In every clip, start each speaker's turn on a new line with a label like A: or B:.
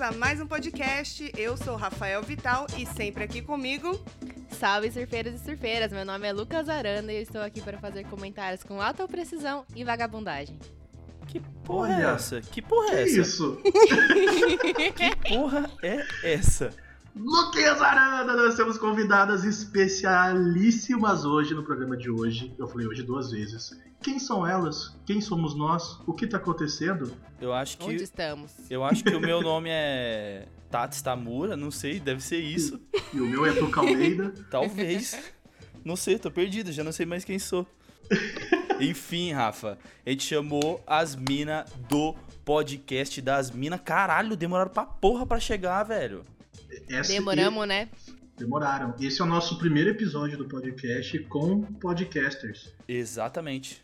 A: a mais um podcast. Eu sou Rafael Vital e sempre aqui comigo.
B: Salve, surfeiras e surfeiras! Meu nome é Lucas Aranda e eu estou aqui para fazer comentários com alta precisão e vagabundagem.
C: Que porra
D: Olha.
C: é essa? Que porra
D: Que
C: é essa?
D: isso?
C: Que porra é essa?
D: Luquinhas Aranda, nós temos convidadas especialíssimas hoje no programa de hoje. Eu falei hoje duas vezes. Quem são elas? Quem somos nós? O que tá acontecendo?
C: Eu acho
B: Onde
C: que
B: estamos?
C: eu acho que o meu nome é Tati Tamura, não sei, deve ser isso,
D: E o meu é Tuca Almeida.
C: talvez. Não sei, tô perdido, já não sei mais quem sou. Enfim, Rafa, a gente chamou as mina do podcast das mina. Caralho, demoraram pra porra pra chegar, velho.
D: Essa-
B: Demoramos, né?
D: Demoraram. Esse é o nosso primeiro episódio do podcast com podcasters.
C: Exatamente.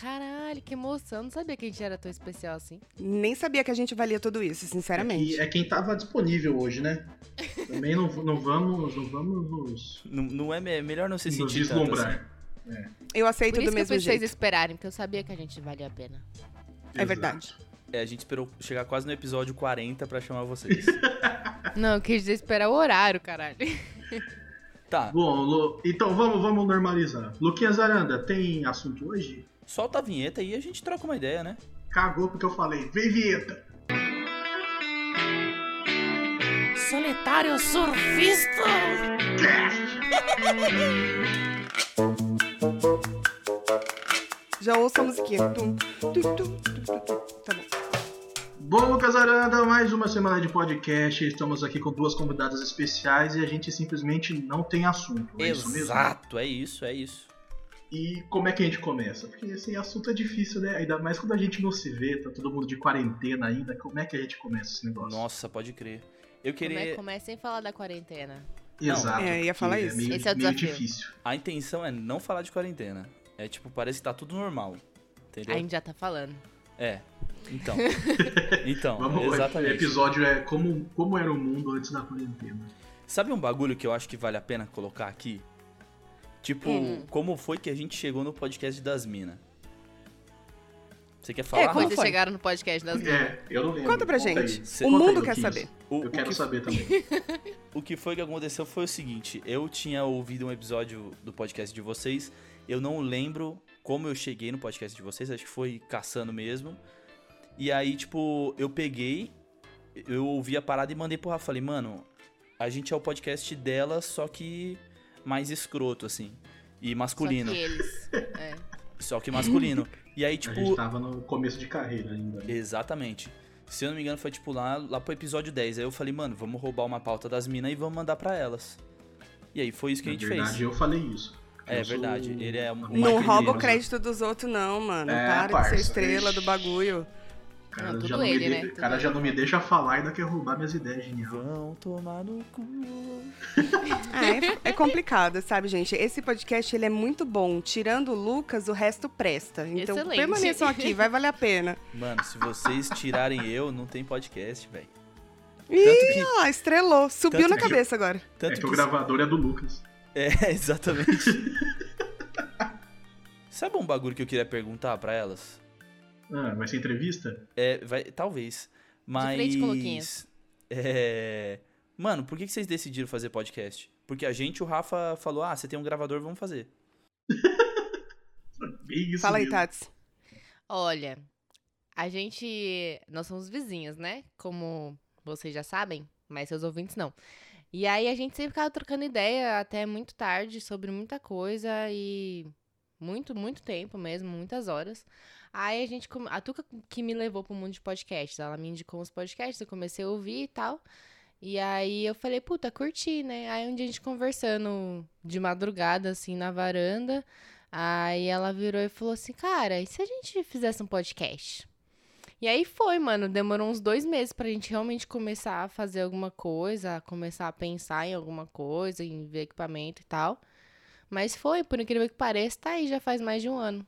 B: Caralho, que emoção. Não sabia que a gente era tão especial assim.
A: Nem sabia que a gente valia tudo isso,
D: E
A: sinceramente.
D: é quem tava disponível hoje, né? Também não, não vamos, não vamos nos,
C: Não, não é me- melhor não se
D: nos
C: sentir tanto assim.
D: deslumbrar.
A: Eu aceito
B: Por
A: do
B: isso que eu
A: mesmo
B: fiz vocês
A: jeito.
B: esperarem, porque então eu sabia que a gente valia a pena.
A: É verdade.
C: É, a gente esperou chegar quase no episódio 40 pra chamar vocês.
B: Não, eu quis dizer esperar o horário, caralho. é-
C: tá,
D: Bom, Lu- então vamos, vamos normalizar. Luquinhas Aranda, tem assunto hoje?
C: solta a vinheta e a gente troca uma ideia, né?
D: Cagou porque eu falei, vem vinheta.
B: Solitário surfista!
A: Já ouça a musiquinha. Tum, tum, tum, tum, tum, tum. Tá bom.
D: Bom, Lucas Aranda, mais uma semana de podcast. Estamos aqui com duas convidadas especiais e a gente simplesmente não tem assunto. É isso mesmo.
C: Exato, é isso, é isso.
D: E como é que a gente começa? Porque esse assunto é difícil, né? Ainda mais quando a gente não se vê, tá todo mundo de quarentena ainda. Como é que a gente começa esse negócio?
C: Nossa, pode crer.
B: Como é
C: Eu
B: que
C: queria.
B: começa sem falar da quarentena?
D: Exato.
A: É, eu ia falar
D: porque
A: isso.
D: meio,
B: Esse é o
D: meio
B: desafio.
D: difícil.
C: A intenção é não falar de quarentena. É tipo, parece que tá tudo normal. Entendeu?
B: A gente já tá falando.
C: É. Então. então,
D: Vamos,
C: exatamente.
D: o episódio é como, como era o mundo antes da quarentena.
C: Sabe um bagulho que eu acho que vale a pena colocar aqui? Tipo,
B: Hum.
C: como foi que a gente chegou no podcast das minas? Você quer falar?
A: É, como
C: Rafa?
B: Vocês
A: foi?
B: chegaram no podcast das
D: É, eu não lembro.
A: Conta pra
D: Conta aí.
A: gente.
C: Cê-
A: o
D: Conta aí,
A: mundo quer
D: Luquinhas.
A: saber.
C: O-
D: Eu
C: o
D: quero
C: que-
D: saber também.
C: O que foi que aconteceu foi o seguinte: eu tinha ouvido um episódio do podcast de vocês, eu não lembro como eu cheguei no podcast de vocês, acho que foi caçando mesmo. E aí, tipo, eu peguei, eu ouvi a parada e mandei pro Rafa. Falei, mano, a gente é o podcast dela, só que mais escroto, assim. E masculino.
B: Só que eles. É.
C: Só que, masculino. E aí,
D: A gente tá
C: tipo.
D: tava no começo de carreira ainda. né?
C: Exatamente. Se eu não me engano, foi tipo lá, lá pro episódio 10. Aí eu falei, mano, vamos roubar uma pauta das minas e vamos mandar pra elas. E aí foi isso que a
D: Na
C: gente
D: verdade,
C: fez.
D: eu falei isso.
C: É
D: Eu sou
C: verdade, ele é um-
D: a
C: Michael
A: Não rouba o
C: Jackson.
A: crédito dos outros, não, mano.
D: né? É,
A: Para de
D: parça.
A: ser estrela do bagulho.
D: O cara,
B: Não, tudo
D: já, não me
B: ele,
D: de-
B: né?
D: o cara
B: Tudo
D: já não me deixa falar e ainda quer roubar minhas ideias genial.
C: Vão tomar no cu.
A: Ah, é, é complicado, sabe, gente? Esse podcast ele é muito bom. Tirando o Lucas, o resto presta. Então
B: Excelente.
A: permaneçam aqui, vai valer a pena.
C: Mano, se vocês tirarem eu, não tem podcast, velho.
A: Ih,
C: que-
A: ó, Ah, estrelou. Subiu
C: Tanto
A: na
C: que-
A: cabeça agora.
D: É
C: Tanto
D: que o gravador é do Lucas.
C: É, exatamente. Sabe um bagulho que eu queria perguntar pra elas?
D: Ah, vai ser entrevista?
C: É, vai, talvez, mas
B: frente com o Luquinhas.
C: é, mano, por que que vocês decidiram fazer podcast? Porque a gente, o Rafa falou: "Ah, você tem um gravador, vamos fazer".
D: Bem é isso
A: Fala aí,
D: mesmo.
A: Tats.
B: Olha, a gente. Nós somos vizinhas, né? Como vocês já sabem, mas seus ouvintes não. E aí a gente sempre ficava trocando ideia até muito tarde sobre muita coisa e. Muito, muito tempo mesmo, muitas horas. Aí a gente. come- A Tuca que me levou pro mundo de podcasts. Ela me indicou uns podcasts, eu comecei a ouvir e tal. E aí eu falei, puta, curti, né? Aí um dia a gente conversando de madrugada, assim, na varanda. Aí ela virou e falou assim, cara, e se a gente fizesse um podcast? E aí foi, mano. Demorou uns dois meses pra gente realmente começar a fazer alguma coisa, a começar a pensar em alguma coisa, em ver equipamento e tal. Mas foi, por incrível que pareça, tá aí já faz mais de um ano.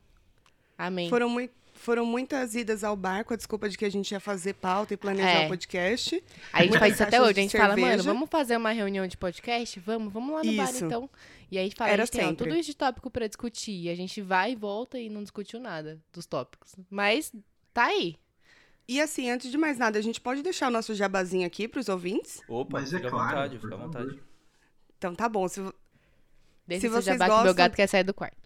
B: Amém.
A: Foram muito. Foram muitas idas ao bar com a desculpa de que a gente ia fazer pauta e planejar
B: É.
A: o podcast.
B: Aí a gente
A: Muitas
B: faz isso até
A: caixas
B: hoje, a
A: de
B: gente fala,
A: cerveja.
B: mano, vamos fazer uma reunião de podcast? Vamos, vamos lá no bar
A: Isso.
B: então. E aí a gente fala,
A: Era
B: a gente tem ó,
A: sempre.
B: tudo isso de tópico pra discutir. E a gente vai e volta e não discutiu nada dos tópicos. Mas tá aí.
A: E assim, antes de mais nada, a gente pode deixar o nosso jabazinho aqui pros ouvintes?
C: Opa,
D: Mas é
C: fica à
D: claro,
C: vontade,
D: por
C: fica à
D: favor.
C: vontade.
A: Então tá bom. Se... vo-
B: Deixa
A: Se
B: esse
A: vocês
B: jabá que
A: gostam-
B: meu gato quer sair do quarto.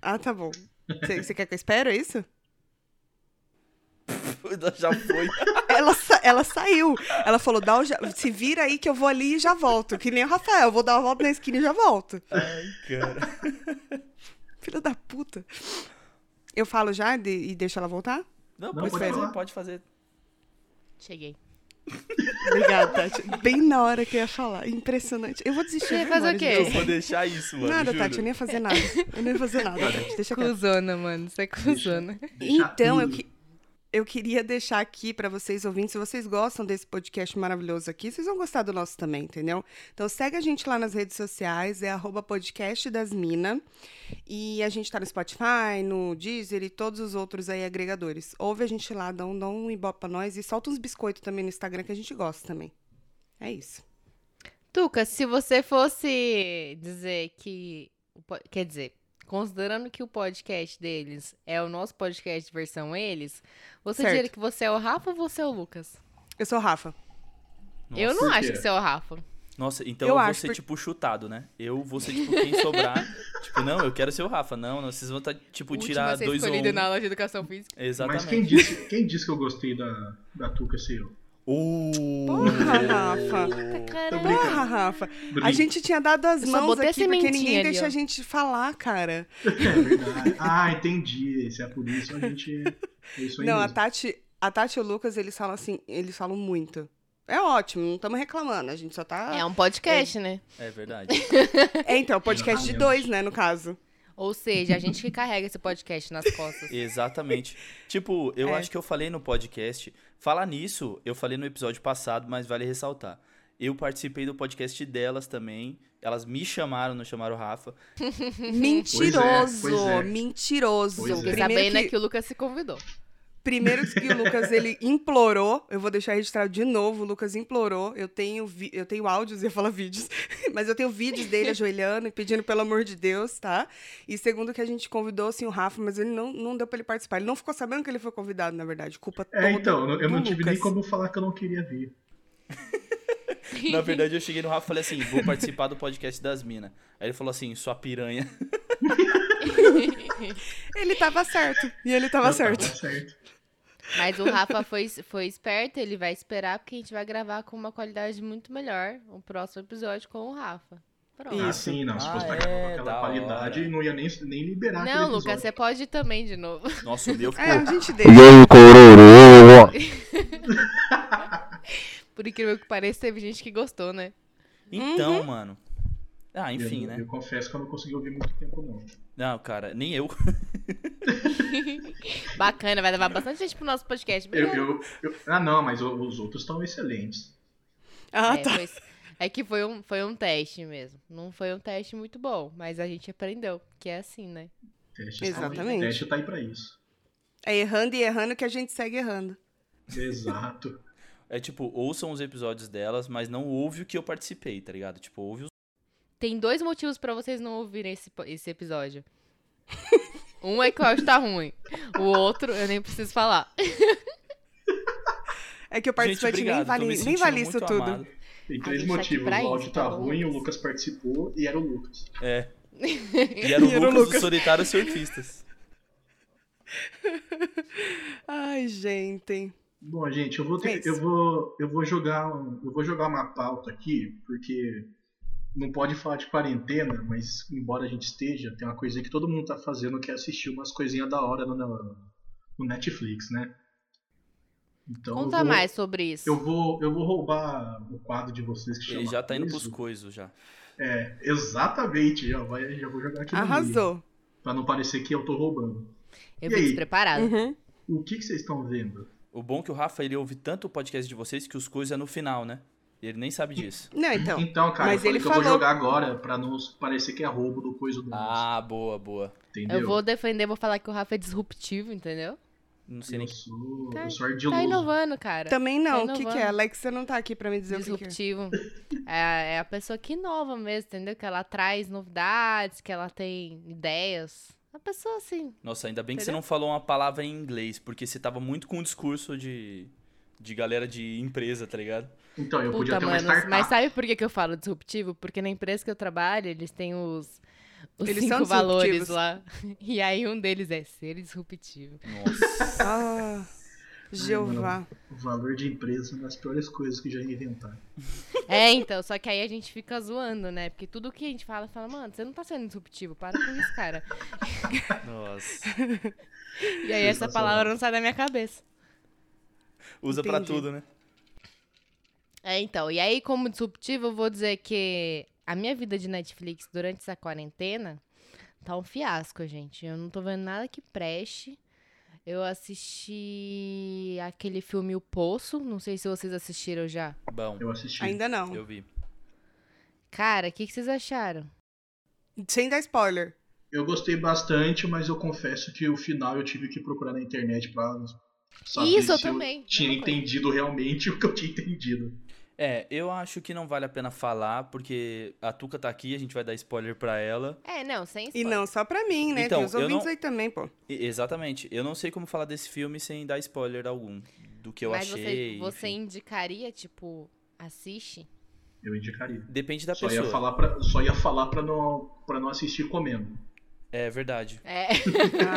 A: Ah, tá bom. Você você quer que eu espero é isso?
C: Já foi.
A: Ela, sa- ela saiu. Ela falou: Dá o ja- se vira aí que eu vou ali e já volto. Que nem o Rafael, eu vou dar uma volta na esquina e já volto.
C: Ai, cara.
A: Filha da puta. Eu falo já de- e deixo ela voltar?
C: Não,
D: Não,
C: pode,
D: pode
C: fazer,
D: falar.
C: pode fazer.
B: Cheguei.
A: Obrigada, Tati. Bem na hora que eu ia falar. Impressionante. Eu vou desistir.
B: Você ia
A: eu vou
B: fazer
A: embora,
B: o quê?
A: gente.
C: Eu vou deixar isso, mano.
A: Nada,
C: juro.
A: Tati, eu não ia fazer nada. Eu não ia fazer nada, Tati. Deixa quieto.
B: Cusona, mano. Você é cusona.
D: Deixar
A: Então, eu,
D: tudo.
A: que- eu queria deixar aqui pra vocês ouvintes, se vocês gostam desse podcast maravilhoso aqui, vocês vão gostar do nosso também, entendeu? Então segue a gente lá nas redes sociais, é arroba podcast das mina. E a gente tá no Spotify, no Deezer e todos os outros aí agregadores. Ouve a gente lá, dá um, dá um ibope pra nós e solta uns biscoitos também no Instagram que a gente gosta também. É isso.
B: Tuca, se você fosse dizer que. o po- Quer dizer, considerando que o podcast deles é o nosso podcast versão eles, você
A: Certo.
B: diria que você é o Rafa ou você é o Lucas?
A: Eu sou o Rafa.
C: Nossa.
B: eu não
D: Por
B: acho
D: quê?
B: que você é o Rafa.
C: Nossa, então
A: Eu
C: eu, vou
A: acho,
C: ser,
A: porque-
C: tipo, chutado, né? Eu vou ser, tipo, quem sobrar. tipo, não, eu quero ser o Rafa. Não, não vocês vão estar, tipo, tirar dois ou
B: escolhido
C: um.
B: na aula de educação física.
C: Exatamente.
D: Mas quem disse, quem disse que eu gostei da, da Tuca ser eu?
C: Uh!
A: Porra, Rafa.
B: Tá,
D: Hum,
B: Caramba.
A: Porra, Rafa. A
D: Brinca.
A: gente tinha dado as
B: Eu só
A: mãos
B: botei a
A: aqui porque
B: sementinha
A: ninguém
B: ali,
A: deixa
B: ó.
A: a gente falar, cara.
D: É verdade. Ah, entendi. Se é por isso, a gente. É isso aí
A: Não, a
D: mesmo.
A: Tati, a Tati e o Lucas, eles falam assim, eles falam muito. É ótimo, não estamos reclamando, a gente só tá.
B: É um podcast, né?
C: É verdade.
A: É, então, é um podcast de
D: Exatamente.
A: dois, né, no caso.
B: Ou seja, a gente que carrega esse podcast nas costas.
C: Exatamente. Tipo, eu
A: É.
C: acho que eu falei no podcast. Falar nisso, eu falei no episódio passado, mas vale ressaltar. Eu participei do podcast delas também. Elas me chamaram, não chamaram o Rafa.
A: Mentiroso,
D: Pois é, pois é.
A: mentiroso.
D: Pois é.
B: Fiquei
A: Primeiro,
B: sabendo
A: que,
B: que o Lucas se convidou.
A: primeiro que o Lucas, ele implorou, eu vou deixar registrado de novo, o Lucas implorou, eu tenho, vi- eu tenho áudios, eu ia falar vídeos, mas eu tenho vídeos dele ajoelhando e pedindo pelo amor de Deus, tá? E segundo que a gente convidou, assim, o Rafa, mas ele não, não deu pra ele participar, ele não ficou sabendo que ele foi convidado, na verdade, culpa toda
D: É, então, eu não
A: do
D: tive
A: Lucas.
D: nem como falar que eu não queria vir.
C: Na verdade, eu cheguei no Rafa e falei assim: vou participar do podcast das minas. Aí ele falou assim: sua piranha.
A: Ele tava certo. E ele tava
D: Não,
A: certo.
D: Tá certo.
B: Mas o Rafa foi, foi esperto, ele vai esperar, porque a gente vai gravar com uma qualidade muito melhor o próximo episódio com o Rafa. Pronto.
A: Isso.
D: Ah, sim, não. Se fosse pra
C: Ah,
D: gravar com
C: é,
D: aquela
C: da
D: qualidade,
C: hora.
D: não ia nem, nem
B: Não,
D: liberar. Tá, aquele
B: Lucas,
D: episódio.
B: você pode ir também de novo.
C: Nossa, o meu
A: É,
C: ficou.
A: a gente deixa.
B: Por incrível que pareça, teve gente que gostou, né?
C: Então,
A: Uhum.
C: mano. Ah,
B: é,
D: Eu-
C: enfim,
D: eu,
C: né?
D: confesso que eu não consegui ouvir muito tempo, não.
C: Não, cara, nem eu.
B: Bacana, vai levar bastante gente pro nosso podcast.
D: Eu,
B: Obrigada.
D: eu- eu- ah, não, mas o- os outros estão excelentes.
A: Ah,
B: é,
A: tá.
B: foi- é que foi um, foi um teste mesmo. Não foi um teste muito bom, mas a gente aprendeu, que é assim, né?
D: Teste está aí-
A: Exatamente.
D: Teste tá aí pra isso.
A: É errando e errando que a gente segue errando.
D: Exato.
C: É tipo, ouçam os episódios delas, mas não ouve o que eu participei, tá ligado? Tipo, ouve os.
B: Tem dois motivos pra vocês não ouvirem esse, po- esse episódio. um é que o áudio tá ruim. O outro, eu nem preciso falar.
D: Então
A: É que o
C: Gente,
A: participante nem,
C: obrigado, tô me
A: vale, nem
C: sentindo
A: vale isso
C: muito
A: tudo.
C: amado.
D: Tem
B: A
D: três
B: gente tá aqui
D: motivos.
B: pra
D: O áudio
B: isso,
D: tá
B: tá bom,
D: ruim, o
B: Lucas?
D: Lucas participou e era o Lucas.
C: É. E era o
A: E era o
C: Lucas,
A: Lucas.
C: dos Solitários Surfistas.
A: Ai, gente.
D: Bom, gente, eu vou ter-
A: É isso.
D: eu vou eu vou jogar um- eu vou jogar uma pauta aqui, porque não pode falar de quarentena, mas embora a gente esteja, tem uma coisinha que todo mundo tá fazendo que é assistir umas coisinhas da hora no, no Netflix, né? Então, eu
B: Conta
D: vou-
B: mais sobre isso.
D: Eu vou, eu vou roubar o quadro de vocês que chama
C: Ele já tá indo pros
D: Coiso.
C: coisos já.
D: É, exatamente, já, vai, já vou jogar aqui no meio,
A: Arrasou.
D: Pra não parecer que eu tô roubando.
B: Eu
D: E
B: vim
D: aí?
B: despreparada.
A: Uhum.
D: O que, que vocês estão vendo?
C: O bom é que o Rafa, ele ouve tanto o podcast de vocês que os coisos é no final, né? E Ele nem sabe disso.
A: Não, então.
D: Então, cara,
A: mas
D: eu falei
A: ele
D: que eu vou
A: falou.
D: jogar agora pra não parecer que é roubo do coisa do
C: Ah, boa, boa.
D: entendeu?
B: Eu vou defender, vou falar que o Rafa é disruptivo, entendeu?
C: Não sei
D: Eu
C: nem.
D: sou,
B: Tá-
D: eu sou ardiloso.
B: Tá inovando, cara.
A: Também não. O que, que
B: inovando.
A: é? Alexa não tá aqui pra me dizer o que, que é.
B: Disruptivo. É, é a pessoa que inova mesmo, entendeu? Que ela traz novidades, que ela tem ideias. A pessoa assim.
C: Nossa, ainda bem que você
B: Entendeu?
C: não falou uma palavra em inglês, porque você tava muito com um discurso de, de galera de empresa, tá ligado?
D: Então, eu podia
B: Puta,
D: ter
B: mano.
D: uma startup.
B: Mas sabe por que, que eu falo disruptivo? Porque na empresa que eu trabalho, eles têm os, os
A: Eles são
B: cinco valores
A: disruptivos.
B: lá. E aí um deles é ser disruptivo.
C: Nossa.
A: Ah, Jeová.
D: O valor de empresa é uma das piores coisas que já inventaram.
B: É, então, só que aí a gente fica zoando, né? Porque tudo que a gente fala, fala, mano, você não tá sendo disruptivo, para com isso, cara.
C: Nossa.
B: E aí essa palavra não sai da minha cabeça.
C: Usa pra
A: Entendi.
C: tudo, né?
B: É, então, e aí como disruptivo, eu vou dizer que a minha vida de Netflix durante essa quarentena tá um fiasco, gente. Eu não tô vendo nada que preste. Eu assisti aquele filme O Poço, não sei se vocês assistiram já.
C: Bom,
D: Eu assisti.
A: Ainda não.
C: eu vi.
B: Cara, o que, que vocês acharam?
A: Sem dar spoiler.
D: Eu gostei bastante, mas eu confesso que o final eu tive que procurar na internet pra saber
B: Isso, eu
D: se
B: também,
D: eu tinha
B: mesma coisa.
D: entendido realmente o que eu tinha entendido.
C: É, eu acho que não vale a pena falar, porque a Tuca tá aqui, a gente vai dar spoiler pra ela.
B: É, não, sem
A: E
B: spoiler.
A: não só pra mim, né?
C: Então,
A: Tem os
C: eu
A: ouvintes
C: não-
A: aí também, pô.
C: E- exatamente. Eu não sei como falar desse filme sem dar spoiler algum. Do que eu
B: Mas você-
C: achei.
B: você,
C: enfim.
B: indicaria, tipo, assiste?
D: Eu indicaria.
C: Depende da
D: Só ia,
C: pessoa.
D: falar pra, só ia falar pra não, pra não assistir comendo.
C: É verdade.
B: É,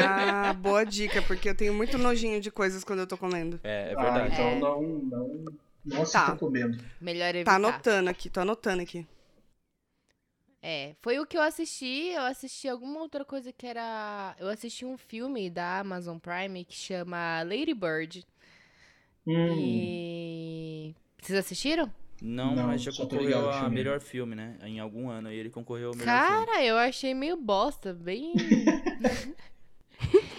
A: Ah, boa dica, porque eu tenho muito nojinho de coisas quando eu tô comendo.
C: É, é
D: Ah,
C: verdade.
D: então
B: É.
D: não, não, não assista
A: Tá.
D: comendo.
B: melhor
A: Tá
B: evitar.
A: anotando aqui, tô anotando aqui.
B: É, foi o que eu assisti. Eu assisti alguma outra coisa que era. Eu assisti um filme da Amazon Prime que chama Lady Bird.
D: Hum,
B: E. Vocês assistiram?
C: Não,
D: Não,
C: mas já
D: só tô ligado
C: concorreu
D: no
C: a
D: filme.
C: melhor filme, né? Em algum ano. E ele concorreu ao melhor filme.
B: Cara, eu achei meio bosta, bem.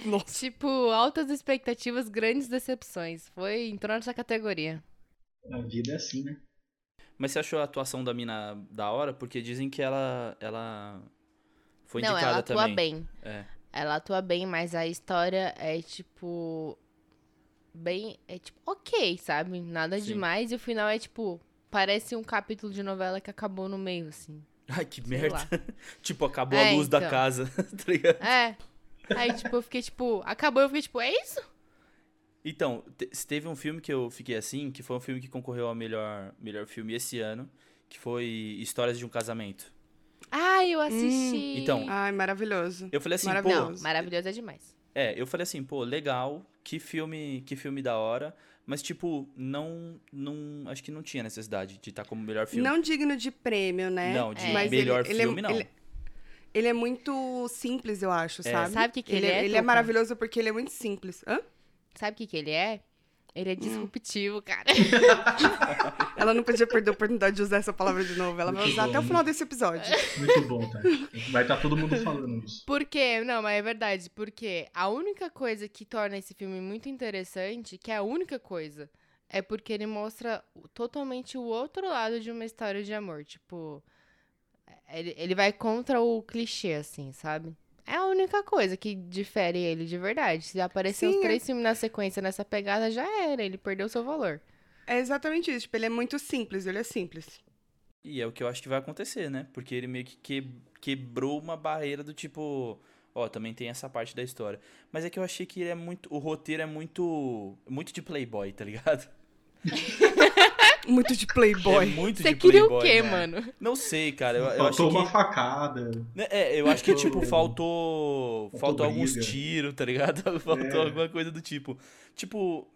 A: Nossa.
B: tipo, altas expectativas, grandes decepções. Foi, entrou nessa categoria.
D: a vida é assim, né?
C: Mas você achou a atuação da mina da hora? Porque dizem que ela, ela foi
B: Não,
C: indicada
B: ela atua
C: também.
B: bem.
C: É.
B: Ela atua bem, mas a história é tipo. Bem. É tipo, ok, sabe? Nada
C: Sim.
B: demais. E o final é tipo. Parece um capítulo de novela que acabou no meio, assim.
C: Ai, que
B: Sei
C: merda.
B: lá.
C: tipo, acabou a
B: É,
C: luz da
B: então.
C: casa, tá ligado?
B: É. Aí, tipo, eu fiquei tipo. Acabou, eu fiquei tipo, é isso?
C: Então, te- teve um filme que eu fiquei assim, que foi um filme que concorreu ao melhor, melhor filme esse ano, que foi Histórias de um Casamento.
B: Ah, eu assisti.
C: Hum, então,
A: Ai, maravilhoso.
C: Eu falei assim, pô,
A: Maravilhoso.
B: Não, maravilhoso é demais.
C: É, eu falei assim, pô, legal, que filme, que filme da hora, mas tipo, não, não, acho que não tinha necessidade de estar como melhor filme.
A: Não digno de prêmio, né?
C: Não, de
B: É.
A: Mas ele-
C: melhor
A: ele é-
C: filme não.
A: ele- Ele é muito simples, eu acho, sabe?
B: Sabe o que que ele é,
A: Ele é
B: Tuca?
A: maravilhoso porque ele é muito simples. Hã?
B: Sabe o que, que ele é?
C: Hum.
B: Ele é disruptivo, cara.
A: Ela não podia perder a oportunidade de usar essa palavra de novo. Ela vai
D: Muito
A: usar
D: bom.
A: até o final desse episódio.
D: Muito bom, tá? Vai estar todo mundo falando isso.
B: Porque, não, mas é verdade, porque a única coisa que torna esse filme muito interessante, que é a única coisa, é porque ele mostra o- totalmente o outro lado de uma história de amor. Tipo, é, ele, ele vai contra o clichê, assim, sabe? É a única coisa que difere ele de verdade. Se
A: Sim,
B: aparecer os
A: é.
B: três filmes na sequência nessa pegada, já era, ele perdeu seu valor.
A: É exatamente isso. Tipo, ele é muito simples, ele é simples.
C: E é o que eu acho que vai acontecer, né? Porque ele meio que, que- quebrou uma barreira do tipo, ó, também tem essa parte da história. Mas é que eu achei que ele é muito, o roteiro é muito, muito de playboy, tá ligado?
A: Muito de
C: É
A: playboy.
C: muito
B: Você
C: de
B: queria
C: playboy,
B: o quê,
C: né?
B: mano?
C: Não sei, cara, eu, eu acho
D: Faltou
C: que...
D: uma facada.
C: Né, É, eu acho que, tipo,
D: Faltou-
C: faltou.
D: faltou
C: Faltou alguns
D: briga.
C: tiros, tá ligado? Faltou
D: É.
C: alguma coisa do tipo. Tipo,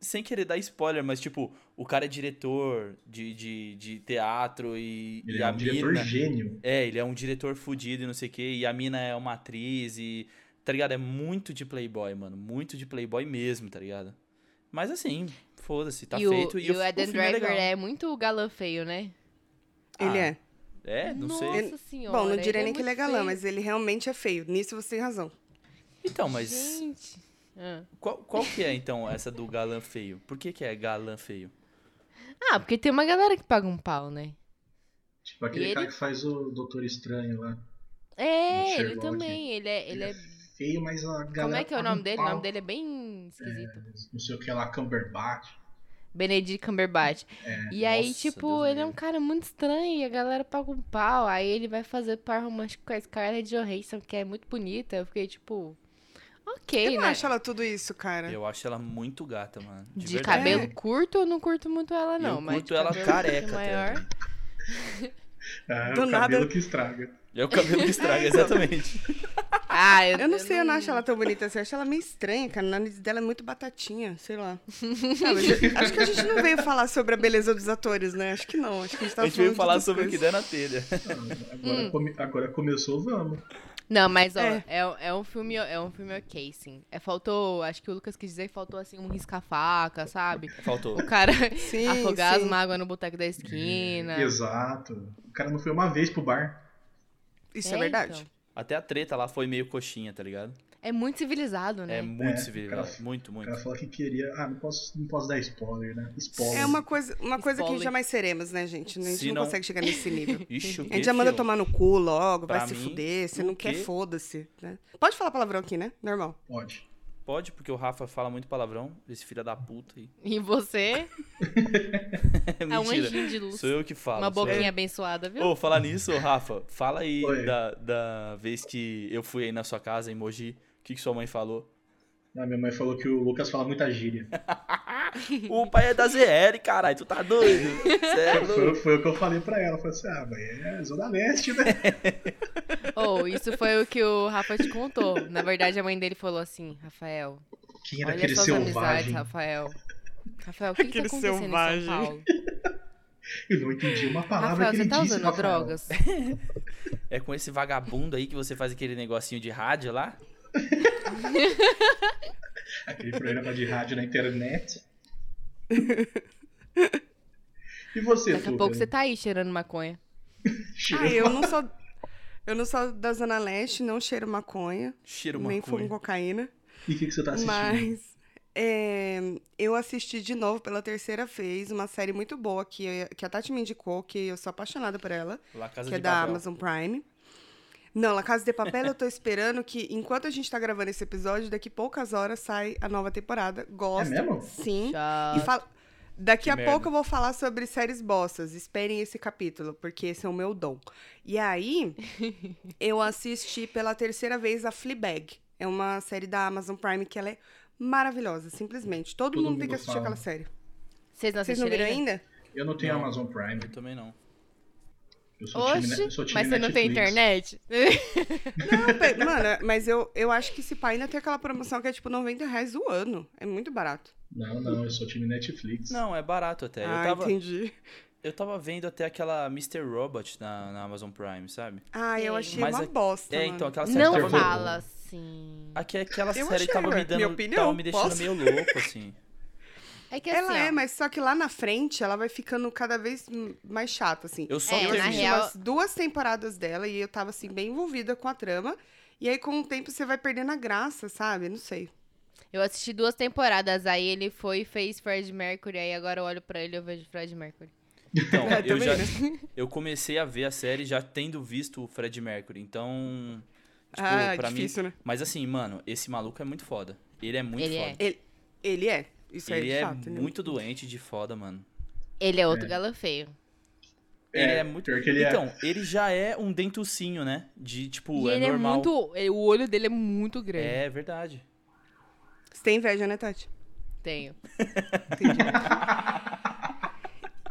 C: sem querer dar spoiler, mas, tipo, o cara é diretor de, de, de teatro e,
D: Ele
C: e
D: é
C: a
D: um diretor
C: mina.
D: gênio.
C: É, ele é um diretor fudido e não sei o quê, e a mina é uma atriz e. Tá ligado? É muito de playboy, mano. Muito de playboy mesmo, tá ligado? Mas assim, foda-se, tá
B: e
C: feito.
B: o,
C: e
B: e o Eden
C: filme é
B: Driver
C: legal.
B: é, muito galã feio, né?
A: Ele é.
C: É, não
B: Nossa
C: sei.
B: senhora.
A: Bom, não
B: ele
A: direi nem que
B: muito
A: ele é galã,
B: feio.
A: mas ele realmente é feio. Nisso você tem razão.
C: Então, mas.
B: Gente. Ah.
C: Qual, qual que é, então, essa do galã feio? Por que que é galã feio?
B: Ah, porque tem uma galera que paga um pau, né?
D: Tipo aquele
B: Ele-
D: cara que faz o Doutor Estranho lá. No
B: É, ele
D: Sherlock.
B: também. Ele é. Ele é...
D: feio, mas a galera.
B: Como é que é o
D: paga
B: nome
D: um
B: dele? O
D: pau.
B: nome dele é bem esquisito.
D: Não sei o que lá, Cumberbatch.
B: Benedict Cumberbatch. e aí,
C: É, Nossa,
B: tipo,
C: Deus me
B: ele é um
C: livre.
B: cara muito estranho e a galera paga um pau. Aí ele vai fazer par romântico com a Scarlett Johansson, que é muito bonita. Eu fiquei, tipo,
A: Eu
B: ok,
A: não
B: né?
A: acho ela tudo isso, cara.
C: Eu acho ela muito gata, mano.
B: De,
C: De, verdade.
B: cabelo
A: É.
B: curto, eu não curto muito ela, não.
C: eu
B: mas
C: curto
B: de
C: ela
B: cabelo um
C: careca
B: pouquinho
C: até,
B: maior.
C: né?
D: Ah,
A: Do
D: o cabelo
A: nada-
D: que estraga.
C: É o cabelo que estraga,
B: então,
C: exatamente.
B: Ah, eu,
A: Eu não sei, eu não acho ela tão bonita assim. Eu acho ela meio estranha, cara. O nariz dela é muito batatinha, sei lá. Ah, mas eu- acho que a gente não veio falar sobre a beleza dos atores, né? Acho que não. Acho que a gente
C: a
B: tá
A: tava
C: gente veio
A: falando de outras
C: falar sobre o que
A: coisas.
C: der na telha.
D: Ah, Agora,
B: Hum.
D: come- agora começou, vamos.
B: Não, mas ó,
A: É.
B: é. é um filme, é um filme ok, sim. É, faltou, acho que o Lucas quis dizer que faltou assim um risca-faca, sabe?
C: Faltou.
B: O cara
A: Sim,
B: afogar
A: sim.
B: as mágoas no boteco da esquina.
D: Exato. O cara não foi uma vez pro bar.
A: Isso é verdade.
B: então.
C: Até a treta lá foi meio coxinha, tá ligado?
B: É muito civilizado, né?
C: É muito
D: É,
C: civilizado.
D: cara.
C: Muito,
D: O
C: muito.
D: cara falou que queria. Ah, não posso, não posso dar spoiler, né? Spoiler.
A: É uma coisa, uma coisa que
B: Spoiler.
A: jamais seremos, né, gente? A gente
C: Se
A: não,
C: não-
A: consegue chegar nesse nível.
C: Ixi, é
A: A
C: o
A: gente
C: quê,
A: já manda
C: filho?
A: tomar no cu logo,
C: Pra
A: vai se
C: mim,
A: fuder, se
C: o
A: não quer,
C: quê?
A: foda-se. né? Pode falar palavrão aqui, né? Normal.
D: Pode.
C: Pode, porque o Rafa fala muito palavrão, esse filho da puta aí.
B: E você é um
C: Mentira.
B: anjinho de luz.
C: Sou eu que falo.
B: Uma
C: sou eu.
B: boquinha abençoada, viu?
C: Ô, falar nisso, Rafa, fala aí
D: Oi.
C: da, da vez que eu fui aí na sua casa em Mogi, o que, que sua mãe falou?
D: Ah, minha mãe falou que o Lucas fala muita gíria.
C: O pai é da ZL, caralho, tu tá doido? Cê é
D: Foi,
C: louco.
D: foi o que eu falei pra ela. Eu falei assim, ah, mas é Zona Leste, né?
B: Ou isso foi o que o Rafa te contou. Na verdade, a mãe dele falou assim, Rafael,
D: Quem era
B: olha
D: aquele
B: suas amizades,
D: selvagem?
B: Rafael. Rafael, o que, que tá
A: Aquele
B: acontecendo em
A: selvagem.
B: São Paulo?
D: Eu não entendi uma palavra
B: Rafael,
D: que ele
B: você tá
D: disse.
B: usando
D: Rafael.
B: drogas?
C: É com esse vagabundo aí que você faz aquele negocinho de rádio lá?
D: Aquele programa de rádio na internet. E você,
B: Daqui a
D: Tuca?
B: pouco você tá aí cheirando maconha.
D: Cheiro-
A: Ah, eu não sou. Eu não sou da Zona Leste, não cheiro maconha,
C: Cheiro
A: nem fumo
C: maconha.
A: cocaína.
D: E o que, que você tá assistindo?
A: Mas é, eu assisti de novo pela terceira vez uma série muito boa que, que a Tati me indicou, que eu sou apaixonada por ela,
C: Lá Casa
A: que é
C: de
A: da
C: Papel.
A: Amazon Prime. Não, La Casa de Papel eu tô esperando que, enquanto a gente tá gravando esse episódio, daqui poucas horas sai a nova temporada. Gosto.
D: É mesmo?
A: Sim.
B: Já.
A: E fala- Daqui
C: Que
A: a
C: merda.
A: pouco eu vou falar sobre séries bossas. Esperem esse capítulo, porque esse é o meu dom. E aí, eu assisti pela terceira vez a Fleabag. É uma série da Amazon Prime que ela é maravilhosa, simplesmente. Todo,
D: Todo
A: mundo tem
D: mundo
A: que assistir
D: fala.
A: aquela série.
C: Tá
B: Vocês não
A: Vocês não
B: assistiram
A: viram
B: ainda?
A: ainda?
D: Eu não tenho
C: Não.
D: Amazon Prime.
C: Eu também não.
D: Eu sou time,
B: Oxe,
D: ne- eu sou time
B: mas você não tem
D: Netflix.
B: internet?
A: Não, pe- mano, mas eu, eu acho que esse pai ainda tem aquela promoção que é tipo R$ 90 reais o ano. É muito barato.
D: Não, não, eu sou time Netflix.
C: Não, é barato até.
A: ah,
C: eu, tava,
A: entendi.
C: eu tava vendo até aquela Mr. Robot na, na Amazon Prime, sabe?
A: Ah, eu
B: Sim.
A: achei
C: Mas
A: uma
C: a-
A: bosta.
C: É,
A: mano.
C: então, aquela série
B: não
C: tava me-
B: fala assim.
C: Aqui, aquela
A: Eu
C: série
A: achei,
C: tava
A: ué.
C: me
A: Minha
C: dando. um-
A: opinião,
C: tava me deixando
A: posso?
C: meio louco, assim.
B: É que assim,
A: Ela é,
B: ó,
A: mas só que lá na frente ela vai ficando cada vez m- mais chata, assim.
C: Eu só
B: É,
A: eu
B: na
A: assisti
C: terminei.
B: real-
A: umas duas temporadas dela e eu tava, assim, bem envolvida com a trama. E aí, com o tempo, você vai perdendo a graça, sabe? Não sei.
B: eu assisti duas temporadas, aí ele foi e fez Fred Mercury, aí agora eu olho pra ele e eu vejo Fred Mercury.
C: Então,
A: É,
C: eu
A: também,
C: já.
A: né?
C: Eu comecei a ver a série já tendo visto o Fred Mercury, então. Tipo,
A: ah,
C: pra
A: difícil, né?
C: mim. Mas assim, mano, esse maluco é muito foda. Ele é muito
B: Ele é.
C: foda.
A: Ele é. Isso aí
C: Ele
A: é,
C: é
A: chato, né?
C: muito doente de foda, mano.
B: Ele é outro galã feio.
D: É,
C: ele é muito.
D: pior que ele é.
C: então, ele já é um dentucinho, né? De tipo,
B: e
C: é
B: ele
C: normal.
B: é muito. ele- O olho dele é muito grande.
C: É verdade.
A: Você tem inveja, né, Tati?
B: Tenho.
A: Entendi.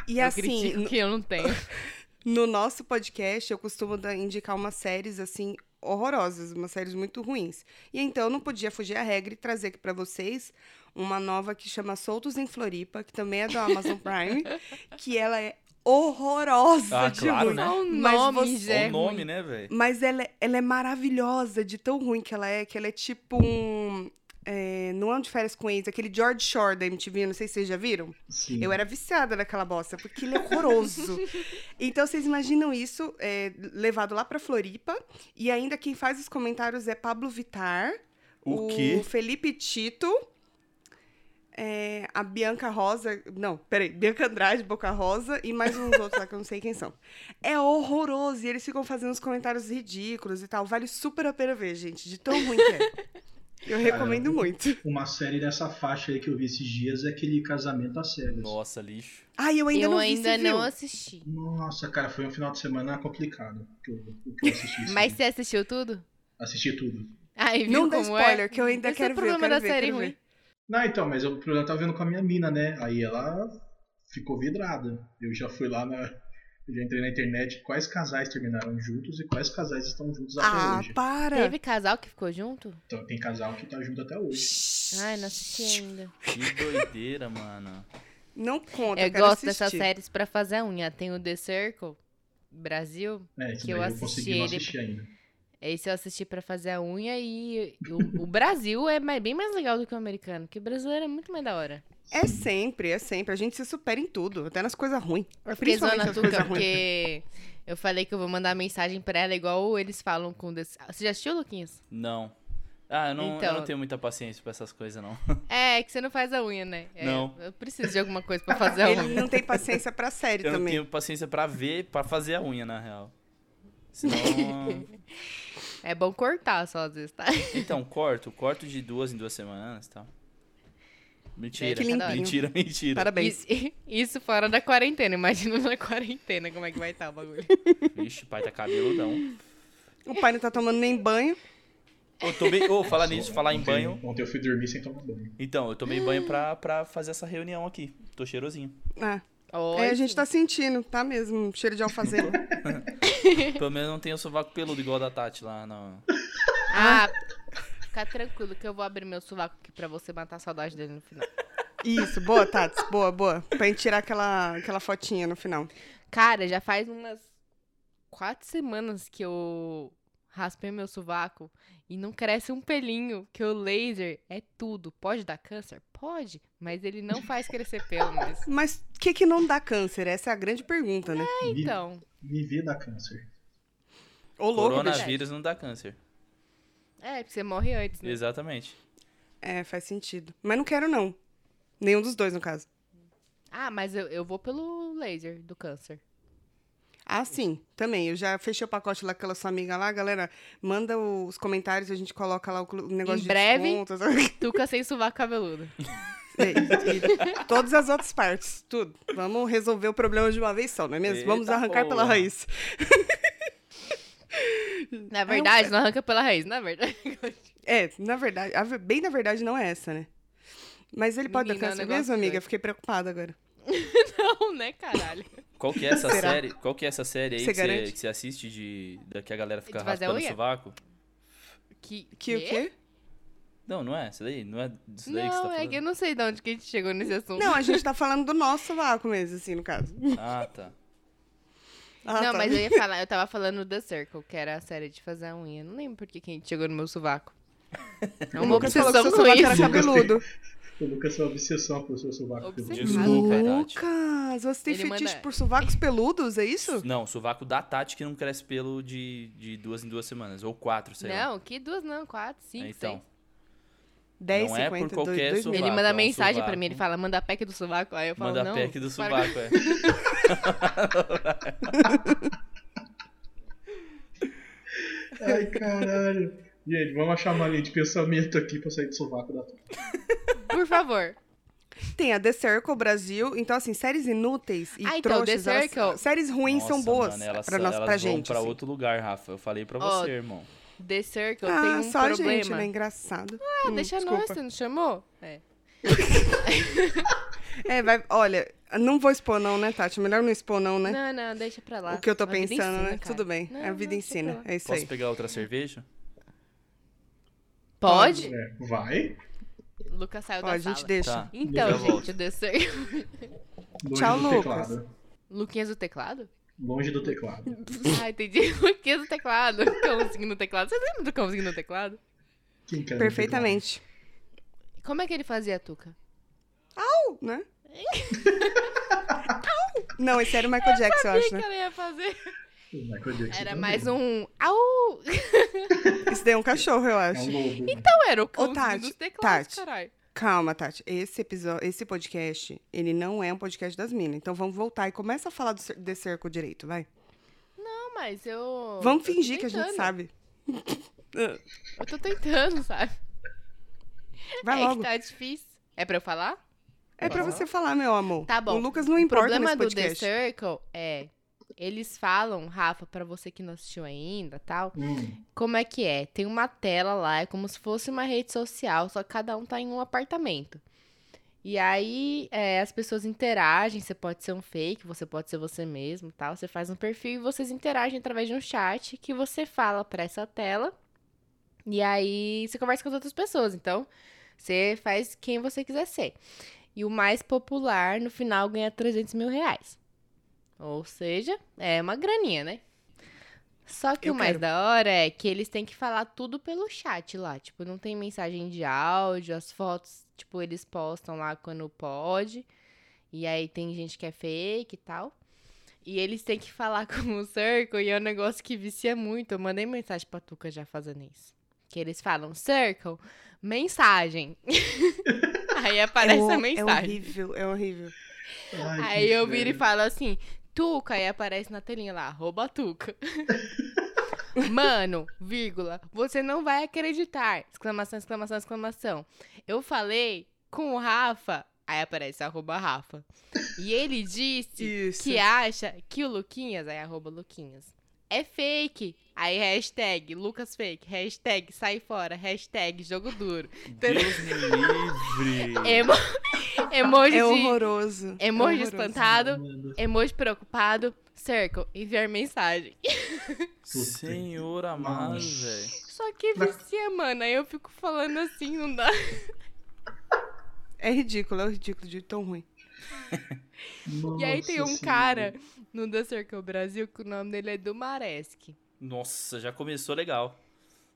A: e
B: eu
A: assim,
B: critico que eu não tenho.
A: No nosso podcast, eu costumo dar- indicar umas séries assim horrorosas, umas séries muito ruins. E então eu não podia fugir à regra e trazer aqui pra vocês uma nova que chama Soltos em Floripa, que também é da Amazon Prime, que ela é horrorosa
C: Ah,
A: de
C: claro,
A: ruim.
C: né?
B: Só o
A: Mas
B: nome
A: você-
B: já
C: É
B: é
C: o nome,
B: ruim.
C: né, velho?
A: Mas ela, é- ela é maravilhosa de tão ruim que ela é, que ela é tipo um é, não é um de férias com ex, aquele George Shore da MTV, não sei se vocês já viram.
D: Sim.
A: Eu era viciada naquela bosta, porque ele é horroroso. então, vocês imaginam isso é, levado lá pra Floripa. E ainda quem faz os comentários é Pablo Vitar,
C: O quê?
A: Felipe Tito, é, a Bianca Rosa. Não, peraí, Bianca Andrade, Boca Rosa e mais uns outros lá que eu não sei quem são. É horroroso. E eles ficam fazendo uns comentários ridículos e tal. Vale super a pena ver, gente, de tão ruim que é. Eu recomendo muito.
D: Uma série dessa faixa aí que eu vi esses dias é aquele Casamento às Cegas.
C: Nossa, lixo.
A: Ai, eu ainda
B: eu
A: não vi,
B: ainda
A: você
B: não
A: viu?
B: assisti.
D: Nossa, cara, foi um final de semana complicado que eu, que eu assisti. isso.
B: Mas você assistiu tudo?
D: Assisti tudo.
B: Aí viu
A: Não dá
B: como
A: spoiler,
B: é?
A: que eu ainda
B: Esse
A: quero
B: é o
A: ver, eu
B: problema
A: quero
B: da
A: ver,
B: série
A: quero
B: ruim.
A: ver.
D: Não, então, mas eu, eu tava vendo com a minha mina, né? Aí ela ficou vidrada. Eu já fui lá na. Eu já entrei na internet quais casais terminaram juntos e quais casais estão juntos até
A: Ah,
D: hoje.
A: para!
B: Teve casal que ficou junto?
D: Então tem casal que tá junto até hoje.
B: Ai, não assisti ainda.
C: Que doideira, mano.
A: Não conta,
B: Eu
A: quero
B: gosto dessas
A: assistir.
B: séries pra fazer a unha. Tem o The Circle, Brasil.
D: É, isso
B: Que eu
D: daí eu,
B: assisti
D: consegui não
B: ele-
D: assistir ainda.
B: Esse eu assisti pra fazer a unha e o, o Brasil é mais- bem mais legal do que o americano, porque o brasileiro é muito mais da hora.
A: É sempre, é sempre. A gente se supera em tudo, até nas coisas ruins.
B: Eu fiquei
A: É, Principalmente
B: zoando a
A: nas coisas
B: Tuca
A: ruins.
B: porque eu falei que eu vou mandar mensagem pra ela igual eles falam com... Desse... Você já assistiu, Luquinhas?
C: Não. Ah, eu não, eu
B: Então-
C: não tenho muita paciência pra essas coisas, não.
B: É, é que você não faz a unha, né? É,
C: Não.
B: Eu preciso de alguma coisa pra fazer a
A: Ele
B: unha.
A: não tem paciência pra série
C: Eu não
A: também.
C: tenho paciência pra ver, pra fazer a unha, na real. Senão.
B: É bom cortar só às vezes, tá?
C: então, corto. Corto de duas em duas semanas e tal. Mentira.
A: Que limpinho.
C: mentira, mentira.
A: Parabéns.
B: Isso, isso fora da quarentena. Imagina na quarentena como é que vai estar o bagulho.
C: Vixe, pai tá cabeludão.
A: O pai não tá tomando nem banho.
C: Ô, tomei. Ô, falar nisso, falar em
D: Ontem-
C: banho.
D: Ontem eu fui dormir sem tomar banho.
C: Então, eu tomei banho pra, pra fazer essa reunião aqui. Tô cheirosinho.
A: Ah,
B: Olha,
A: é, a gente tá sentindo, tá mesmo? Cheiro de alfazema.
C: Pelo menos não tem o sovaco peludo igual a da Tati lá, não.
B: Ah, fica tranquilo que eu vou abrir meu sovaco aqui pra você matar a saudade dele no final.
A: Isso, boa, Tats. Boa, boa. Pra gente tirar aquela, aquela fotinha no final.
B: Cara, já faz umas quatro semanas que eu raspei meu sovaco e não cresce um pelinho, que o laser é tudo. Pode dar câncer? Pode, mas ele não faz crescer pelo, mas...
A: Mas o que que não dá câncer? Essa é a grande pergunta, né?
D: Me,
B: Então,
D: me vê dar câncer.
A: Ô, louco, bicho.
C: Coronavírus não dá câncer.
B: é, porque você morre antes, né?
C: Exatamente.
A: É, faz sentido. Mas não quero, não. Nenhum dos dois, no caso.
B: Ah, mas eu, eu vou pelo laser do câncer.
A: Ah, sim, também. Eu já fechei o pacote lá com aquela sua amiga lá, galera. Manda os comentários, a gente coloca lá o clu- o negócio
B: Em
A: de
B: breve.
A: desconto, sabe?
B: Tuca sem sovaco cabeludo.
A: E- e todas as outras partes, tudo. Vamos resolver o problema de uma vez só, não é mesmo? Vamos
C: Eita
A: arrancar pela
C: porra.
A: raiz.
B: Na verdade, não arranca pela raiz, na verdade.
A: É, na verdade, a ve- bem na verdade não é essa, né? Mas ele pode dar
B: Menina, é um
A: câncer
B: negócio
A: mesmo, amiga?
B: doido.
A: Fiquei preocupada agora.
B: Não, né, caralho?
C: Qual que é essa
A: Será?
C: série? Qual que é essa série aí
A: Você
C: que você,
A: garante?
C: que você assiste de, da que a galera fica
B: De fazer
C: raspando o
B: unha?
C: sovaco?
B: Que,
A: Que o quê?
C: Não, não é. Isso daí, não é disso daí que você tá
B: Não, é
C: falando.
B: que eu não sei de onde que a gente chegou nesse assunto.
A: Não, a gente tá falando do nosso vácuo mesmo, assim, no caso.
C: Ah, tá.
A: Ah,
B: não,
A: tá.
B: mas eu ia falar, eu tava falando do The Circle, que era a série de fazer a unha. Não lembro por que que a gente chegou no meu sovaco. É
A: O
B: uma
A: Lucas falou
B: obsessão
A: que seu
B: com
A: sovaco era
B: isso.
A: cabeludo.
D: O Lucas é uma obsessão pelo seu sovaco.
B: Obsessão.
C: Desculpa, Tati.
A: Lucas, você tem
B: Ele
A: fetiche
B: manda-
A: por sovacos peludos, é isso?
C: Não, sovaco da Tati que não cresce pelo de, de duas em duas semanas. Ou quatro, sei lá.
B: Não, que duas não, quatro, cinco,
C: É, então.
B: seis.
A: 10,
C: Não é por
A: 50, dois-
C: qualquer
A: dois mil.
C: sovaco.
B: Ele manda
C: é um
B: mensagem pra
C: sovaco.
B: mim, ele fala, manda a PEC do sovaco. Aí eu falo,
C: Manda
B: não.
C: a PEC do
B: para-
C: sovaco, é.
D: Ai, caralho. Gente, vamos achar uma linha de pensamento aqui pra sair do sovaco da
B: Por favor.
A: Tem a The Circle Brasil. Então, assim, séries inúteis e
B: Ah, então,
A: trouxas.
B: The
A: elas-
B: Circle.
A: séries ruins são
C: Nossa,
A: boas
C: mano, elas,
A: pra, nós,
C: elas
A: pra
C: vão
A: gente.
C: pra
A: assim.
C: outro lugar, Rafa. Eu falei pra
B: Ó,
C: você, irmão.
B: The Circle
A: Ah,
B: tem um
A: só
B: problema.
A: a gente, né? Engraçado.
B: Ah, deixa nós,
A: desculpa.
B: você não chamou? É.
A: É, vai. Olha, não vou expor, não, né, Tati? Melhor não expor, não, né?
B: Não, não, deixa pra lá.
A: O que eu tô
B: A vida
A: pensando,
B: ensina,
A: né?
B: cara.
A: Tudo bem.
B: Não,
A: a vida
B: não,
A: ensina.
B: deixa pra lá.
A: É isso
C: Posso
A: aí.
C: pegar outra cerveja?
B: Pode?
D: É, vai.
B: Lucas saiu
A: Ó,
B: da
A: a gente
B: sala.
A: deixa.
C: Tá.
B: Então,
C: Já
B: gente, o The Circle...
D: Longe
A: Tchau,
D: do
A: Lucas.
D: teclado.
B: Luquinhas do teclado?
D: Longe do teclado.
B: Ah, entendi. Luquinhas do teclado. Cãozinho no teclado. Vocês lembram do cãozinho no teclado?
D: Quem quer
B: Tá.
A: Perfeitamente.
B: Como é que ele fazia a tuca?
A: Uh, né? não, esse era o Michael Jackson, eu
B: O que,
A: acho,
B: que
A: né?
B: ela ia fazer?
D: O Michael Jackson
B: Era
D: também.
B: mais um. Au!
A: Esse daí é um cachorro, eu
D: É um
A: acho.
D: lobo.
B: Não era o cãozinho
A: Tati,
B: dos teclados,
A: Tati.
B: caralho.
A: Calma, Tati. Esse episódio, esse podcast, ele não é um podcast das minas. Então vamos voltar e começa a falar do cer- The Circle direito, vai.
B: Não, mas eu.
A: Vamos
B: eu tô
A: fingir que a gente
B: tentando.
A: sabe.
B: Eu tô tentando, sabe?
A: Vai
B: é
A: logo.
B: que tá difícil. É pra eu falar?
A: É pra
C: Vai lá.
A: você falar, meu amor.
B: Tá bom.
A: O Lucas não
B: O
A: importa nesse
B: problema do The
A: podcast.
B: Circle é. Eles falam, Rafa, pra você que não assistiu ainda tal,
D: Hum,
B: como é que é? Tem uma tela lá, é como se fosse uma rede social, só que cada um tá em um apartamento. E aí é, as pessoas interagem, você pode ser um fake, você pode ser você mesmo tal. Você faz um perfil e vocês interagem através de um chat que você fala pra essa tela. E aí você conversa com as outras pessoas. Então, você faz quem você quiser ser. E o mais popular, no final, ganha 300 mil reais. Ou seja, é uma graninha, né? Só que
A: Eu
B: o mais
A: quero.
B: da hora é que eles têm que falar tudo pelo chat lá. Tipo, não tem mensagem de áudio, as fotos, tipo, eles postam lá quando pode. E aí tem gente que é fake e tal. E eles têm que falar com o Circle e é um negócio que vicia muito. Eu mandei mensagem pra Tuca já fazendo isso. Que eles falam, Circle, mensagem. aí aparece
A: é,
B: a
A: o- É
B: mensagem.
A: horrível, é horrível.
D: ai,
B: aí
D: que
B: eu viro e
D: inferno.
B: falo assim, Tuca, aí aparece na telinha lá, arroba Tuca. Mano, vírgula, você não vai acreditar. Exclamação, exclamação, exclamação. Eu falei com o Rafa, aí aparece arroba Rafa. E ele disse
A: Isso.
B: que é acha que o Luquinhas, aí arroba Luquinhas, é fake. Aí hashtag Lucas fake, hashtag sai fora, hashtag jogo duro.
C: Deus me livre.
B: Emo... emoji
A: É
B: de-
A: horroroso. é horroroso.
B: emoji espantado, emoji preocupado, circle, enviar mensagem.
C: Senhor amado, velho.
B: Só que vicia, mano, aí eu fico falando assim, não dá.
A: É ridículo, é ridículo de tão ruim.
B: E aí tem
D: Nossa
B: um
D: Senhora.
B: cara no The Circle Brasil que o nome dele é Dumaresque.
C: Nossa, já começou legal.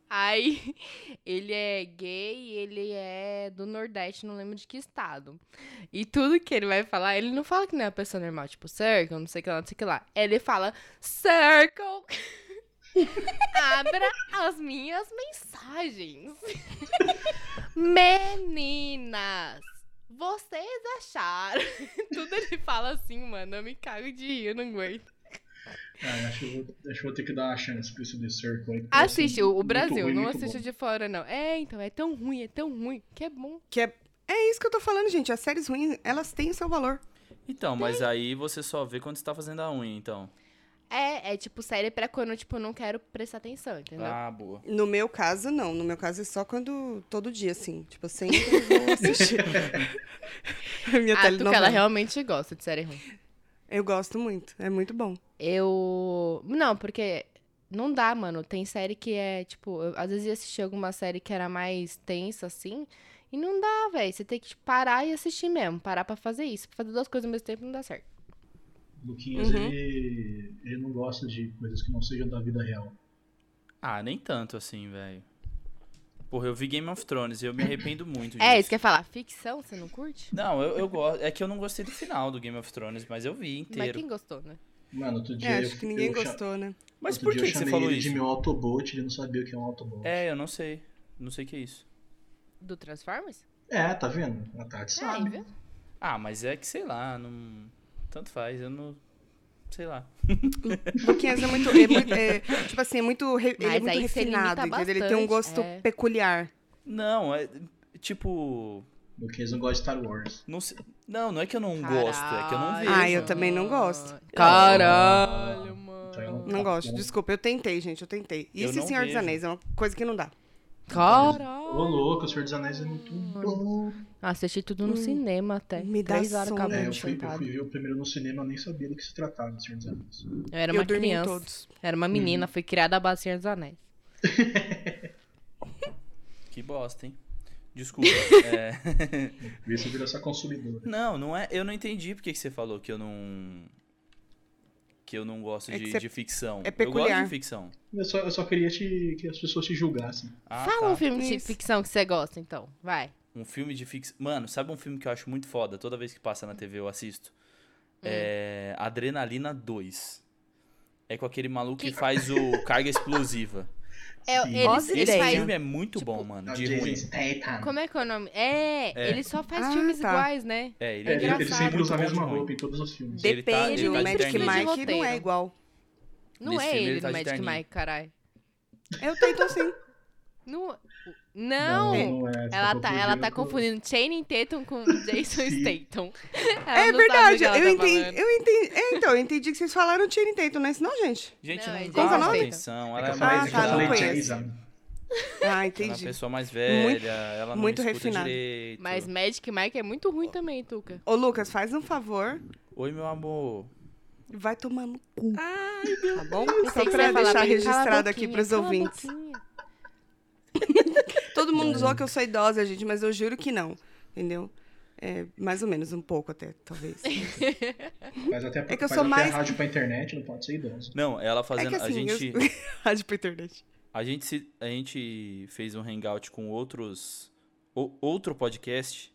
B: Aí ele é gay, ele é do Nordeste, não lembro de que estado. E tudo que ele vai falar, ele não fala que não é uma pessoa normal, tipo circle, não sei o que lá, não sei o que lá. Ele fala circle. Abra as minhas mensagens. Meninas, vocês acharam? Tudo ele fala assim, mano. Eu me cago de rir, eu não aguento.
D: Ah, acho, que eu vou, acho que eu vou ter que dar uma chance pra esse The Circle aí. porque,
B: Assiste
D: assim,
B: o, o
D: muito
B: Brasil,
D: ruim,
B: não
D: muito
B: assiste
D: bom.
B: de fora, não. É, então, é tão ruim, é tão ruim, que é bom.
A: Que é, é isso que eu tô falando, gente. As séries ruins, elas têm o seu valor.
C: Então, mas aí você só vê quando você tá fazendo a unha, então.
B: É, é tipo série pra quando, tipo, eu não quero prestar atenção, entendeu?
C: Ah, boa.
A: No meu caso, não. No meu caso é só quando. Todo dia, assim. Tipo, eu sempre vou assistir. A minha
B: Ah, tu que ela
A: telenovela.
B: realmente gosta de série ruim.
A: Eu gosto muito. É muito bom.
B: Eu. Não, porque não dá, mano. Tem série que é, tipo, eu, às vezes ia assistir alguma série que era mais tensa, assim, e não dá, velho. Você tem que tipo, parar e assistir mesmo. Parar pra fazer isso. Fazer duas coisas ao mesmo tempo não dá certo.
D: Luquinhas,
A: Uhum.
D: ele, ele não gosta de coisas que não sejam da vida real.
C: Ah, nem tanto assim, velho. Porra, eu vi Game of Thrones e eu me arrependo muito disso.
B: É, isso que eu ia falar. Ficção, você não curte?
C: Não, eu, eu gosto. É que eu não gostei do final do Game of Thrones, mas eu vi
B: Mas
C: inteiro.
B: quem gostou, né?
D: Mano, outro dia.
A: É,
D: eu,
A: acho que ninguém
D: eu cha-
A: gostou, né?
C: Mas
D: outro
C: por
D: dia
C: que,
D: eu
C: que você
D: chamei
C: falou
D: ele
C: isso?
D: de meu Autobot, ele não sabia o que é um Autobot.
C: É, eu não sei. Não sei o que é isso.
B: Do Transformers?
D: É, tá vendo? A Tati
B: Aí,
D: sabe.
B: viu?
C: Ah, mas é que sei lá, não. Tanto faz, eu não. Sei lá.
A: Luquinhas é muito. É muito é, tipo assim, é muito. re- ele é
B: Mas
A: muito
B: aí você limita
A: refinado, entendeu? Ele tem um
B: bastante,
A: gosto
B: é.
A: peculiar.
C: Não, é. Tipo.
D: Luquinhas não gosta de Star Wars.
C: Não, sei- não, não é que eu não gosto, é que eu não vejo.
A: Ah, eu também não gosto.
B: Caralho, mano.
D: Então eu
A: Não
D: tá
A: gosto.
D: bom.
A: Desculpa, eu tentei, gente. Eu tentei. E
C: Eu
A: esse
C: não
A: Senhor dos
C: vejo.
A: Anéis é uma coisa que não dá.
B: Caralho.
D: Ô louco, o Senhor dos Anéis é muito bom.
B: Assisti tudo no
A: Hum.
B: cinema até.
A: Me dá
B: Três horas
A: sono.
B: acabou
D: É,
A: Bem
D: eu
B: eu
D: fui, eu
B: sentado.
D: fui ver o primeiro no cinema, eu nem sabia do que se tratava do Senhor dos Anéis.
B: Eu era
A: eu
B: uma
A: dormi
B: criança.
A: em todos.
B: Era uma menina, fui criada a bacia dos anéis.
C: Que bosta, hein? Desculpa. é.
D: E você virou essa consumidora.
C: Não, não é. Eu não entendi porque que você falou que eu não. Que eu não gosto
A: É que
C: de,
A: você-
C: de ficção.
A: é
C: Eu gosto
A: peculiar.
C: de ficção.
D: Eu só, eu só queria te- que as pessoas te julgassem.
C: Ah,
B: Fala
C: tá.
B: um filme de
A: Isso.
B: ficção que você gosta, então. Vai.
C: Um filme de ficção. Mano, sabe um filme que eu acho muito foda? Toda vez que passa na TV eu assisto. É. Adrenalina 2. É com aquele maluco que,
B: Que-
C: faz o Carga Explosiva.
B: É,
D: Sim.
B: ele-
A: Nossa,
B: ele
C: Esse
A: ideia.
B: faz...
C: filme é muito
B: Tipo,
C: bom, mano.
D: Ah,
C: De
D: Jason
C: ruim.
D: Statham.
B: Como é que é o nome? É,
C: É.
B: ele só faz
A: Ah,
B: filmes
A: tá.
B: iguais, né?
C: É, ele
B: É,
C: é,
D: Ele, ele
B: engraçado.
D: sempre usa a
C: muito bom de
D: mesma
C: ruim.
D: roupa em todos os filmes.
C: Ele tá-
A: Depende,
C: ele tá
A: o
C: de
A: Magic
C: terninho.
A: Mike não é
B: né, Roteiro.
A: igual.
B: Não
C: Nesse
B: é
C: filme
B: ele,
C: ele tá
B: no
C: de
B: Magic
C: terninho.
A: assim.
B: Mike, caralho.
A: Eu tô, então sim.
B: Não... Não!
D: não é, você
B: Ela tá, ela tá
D: com-
B: confundindo Channing Tatum com Jason
D: Sim.
B: Statham. Ela
A: É
B: não sabe o
A: verdade,
B: que ela
A: eu
B: tá
A: entendi.
B: falando.
A: Eu entendi. É, então, eu entendi que vocês falaram Channing Tatum, não é isso não, gente?
C: Gente,
B: Não,
C: não,
B: é
C: dá
A: Jason Statham.
C: atenção.
D: É
C: Ela
D: que
C: é,
D: eu
C: mais
D: falei, é que eu
A: Ah, tá, não
D: falei
A: conheço.
D: Jason.
A: Ah,
C: ela é uma
A: entendi.
C: pessoa mais velha, ela não
A: muito
C: escuta
A: refinada.
C: direito.
B: Mas Magic Mike é muito ruim também, Tuca.
A: Ô, Lucas, faz um favor.
C: Oi, meu amor.
A: Vai tomar no cu. tá bom?
B: Eu
A: Só
B: sei que você
A: pra deixar
B: vai falar pra ele, cala a
A: registrado aqui
B: boquinha,
A: pros
B: cala a
A: ouvintes.
B: boquinha.
A: Todo mundo zoa que eu sou idosa, gente, mas eu juro que não. Entendeu? É, mais ou menos, um pouco até, talvez.
C: Tá
D: Mas até
B: É
D: porque
A: que eu
D: faz
A: sou
D: até
A: mais-
D: rádio pra internet, não pode ser idoso.
C: Não, ela
A: É
C: fazendo.
A: que assim,
C: a gente.
A: eu... rádio pra internet.
C: A gente, se- a gente fez um hangout com outros. o- outro podcast.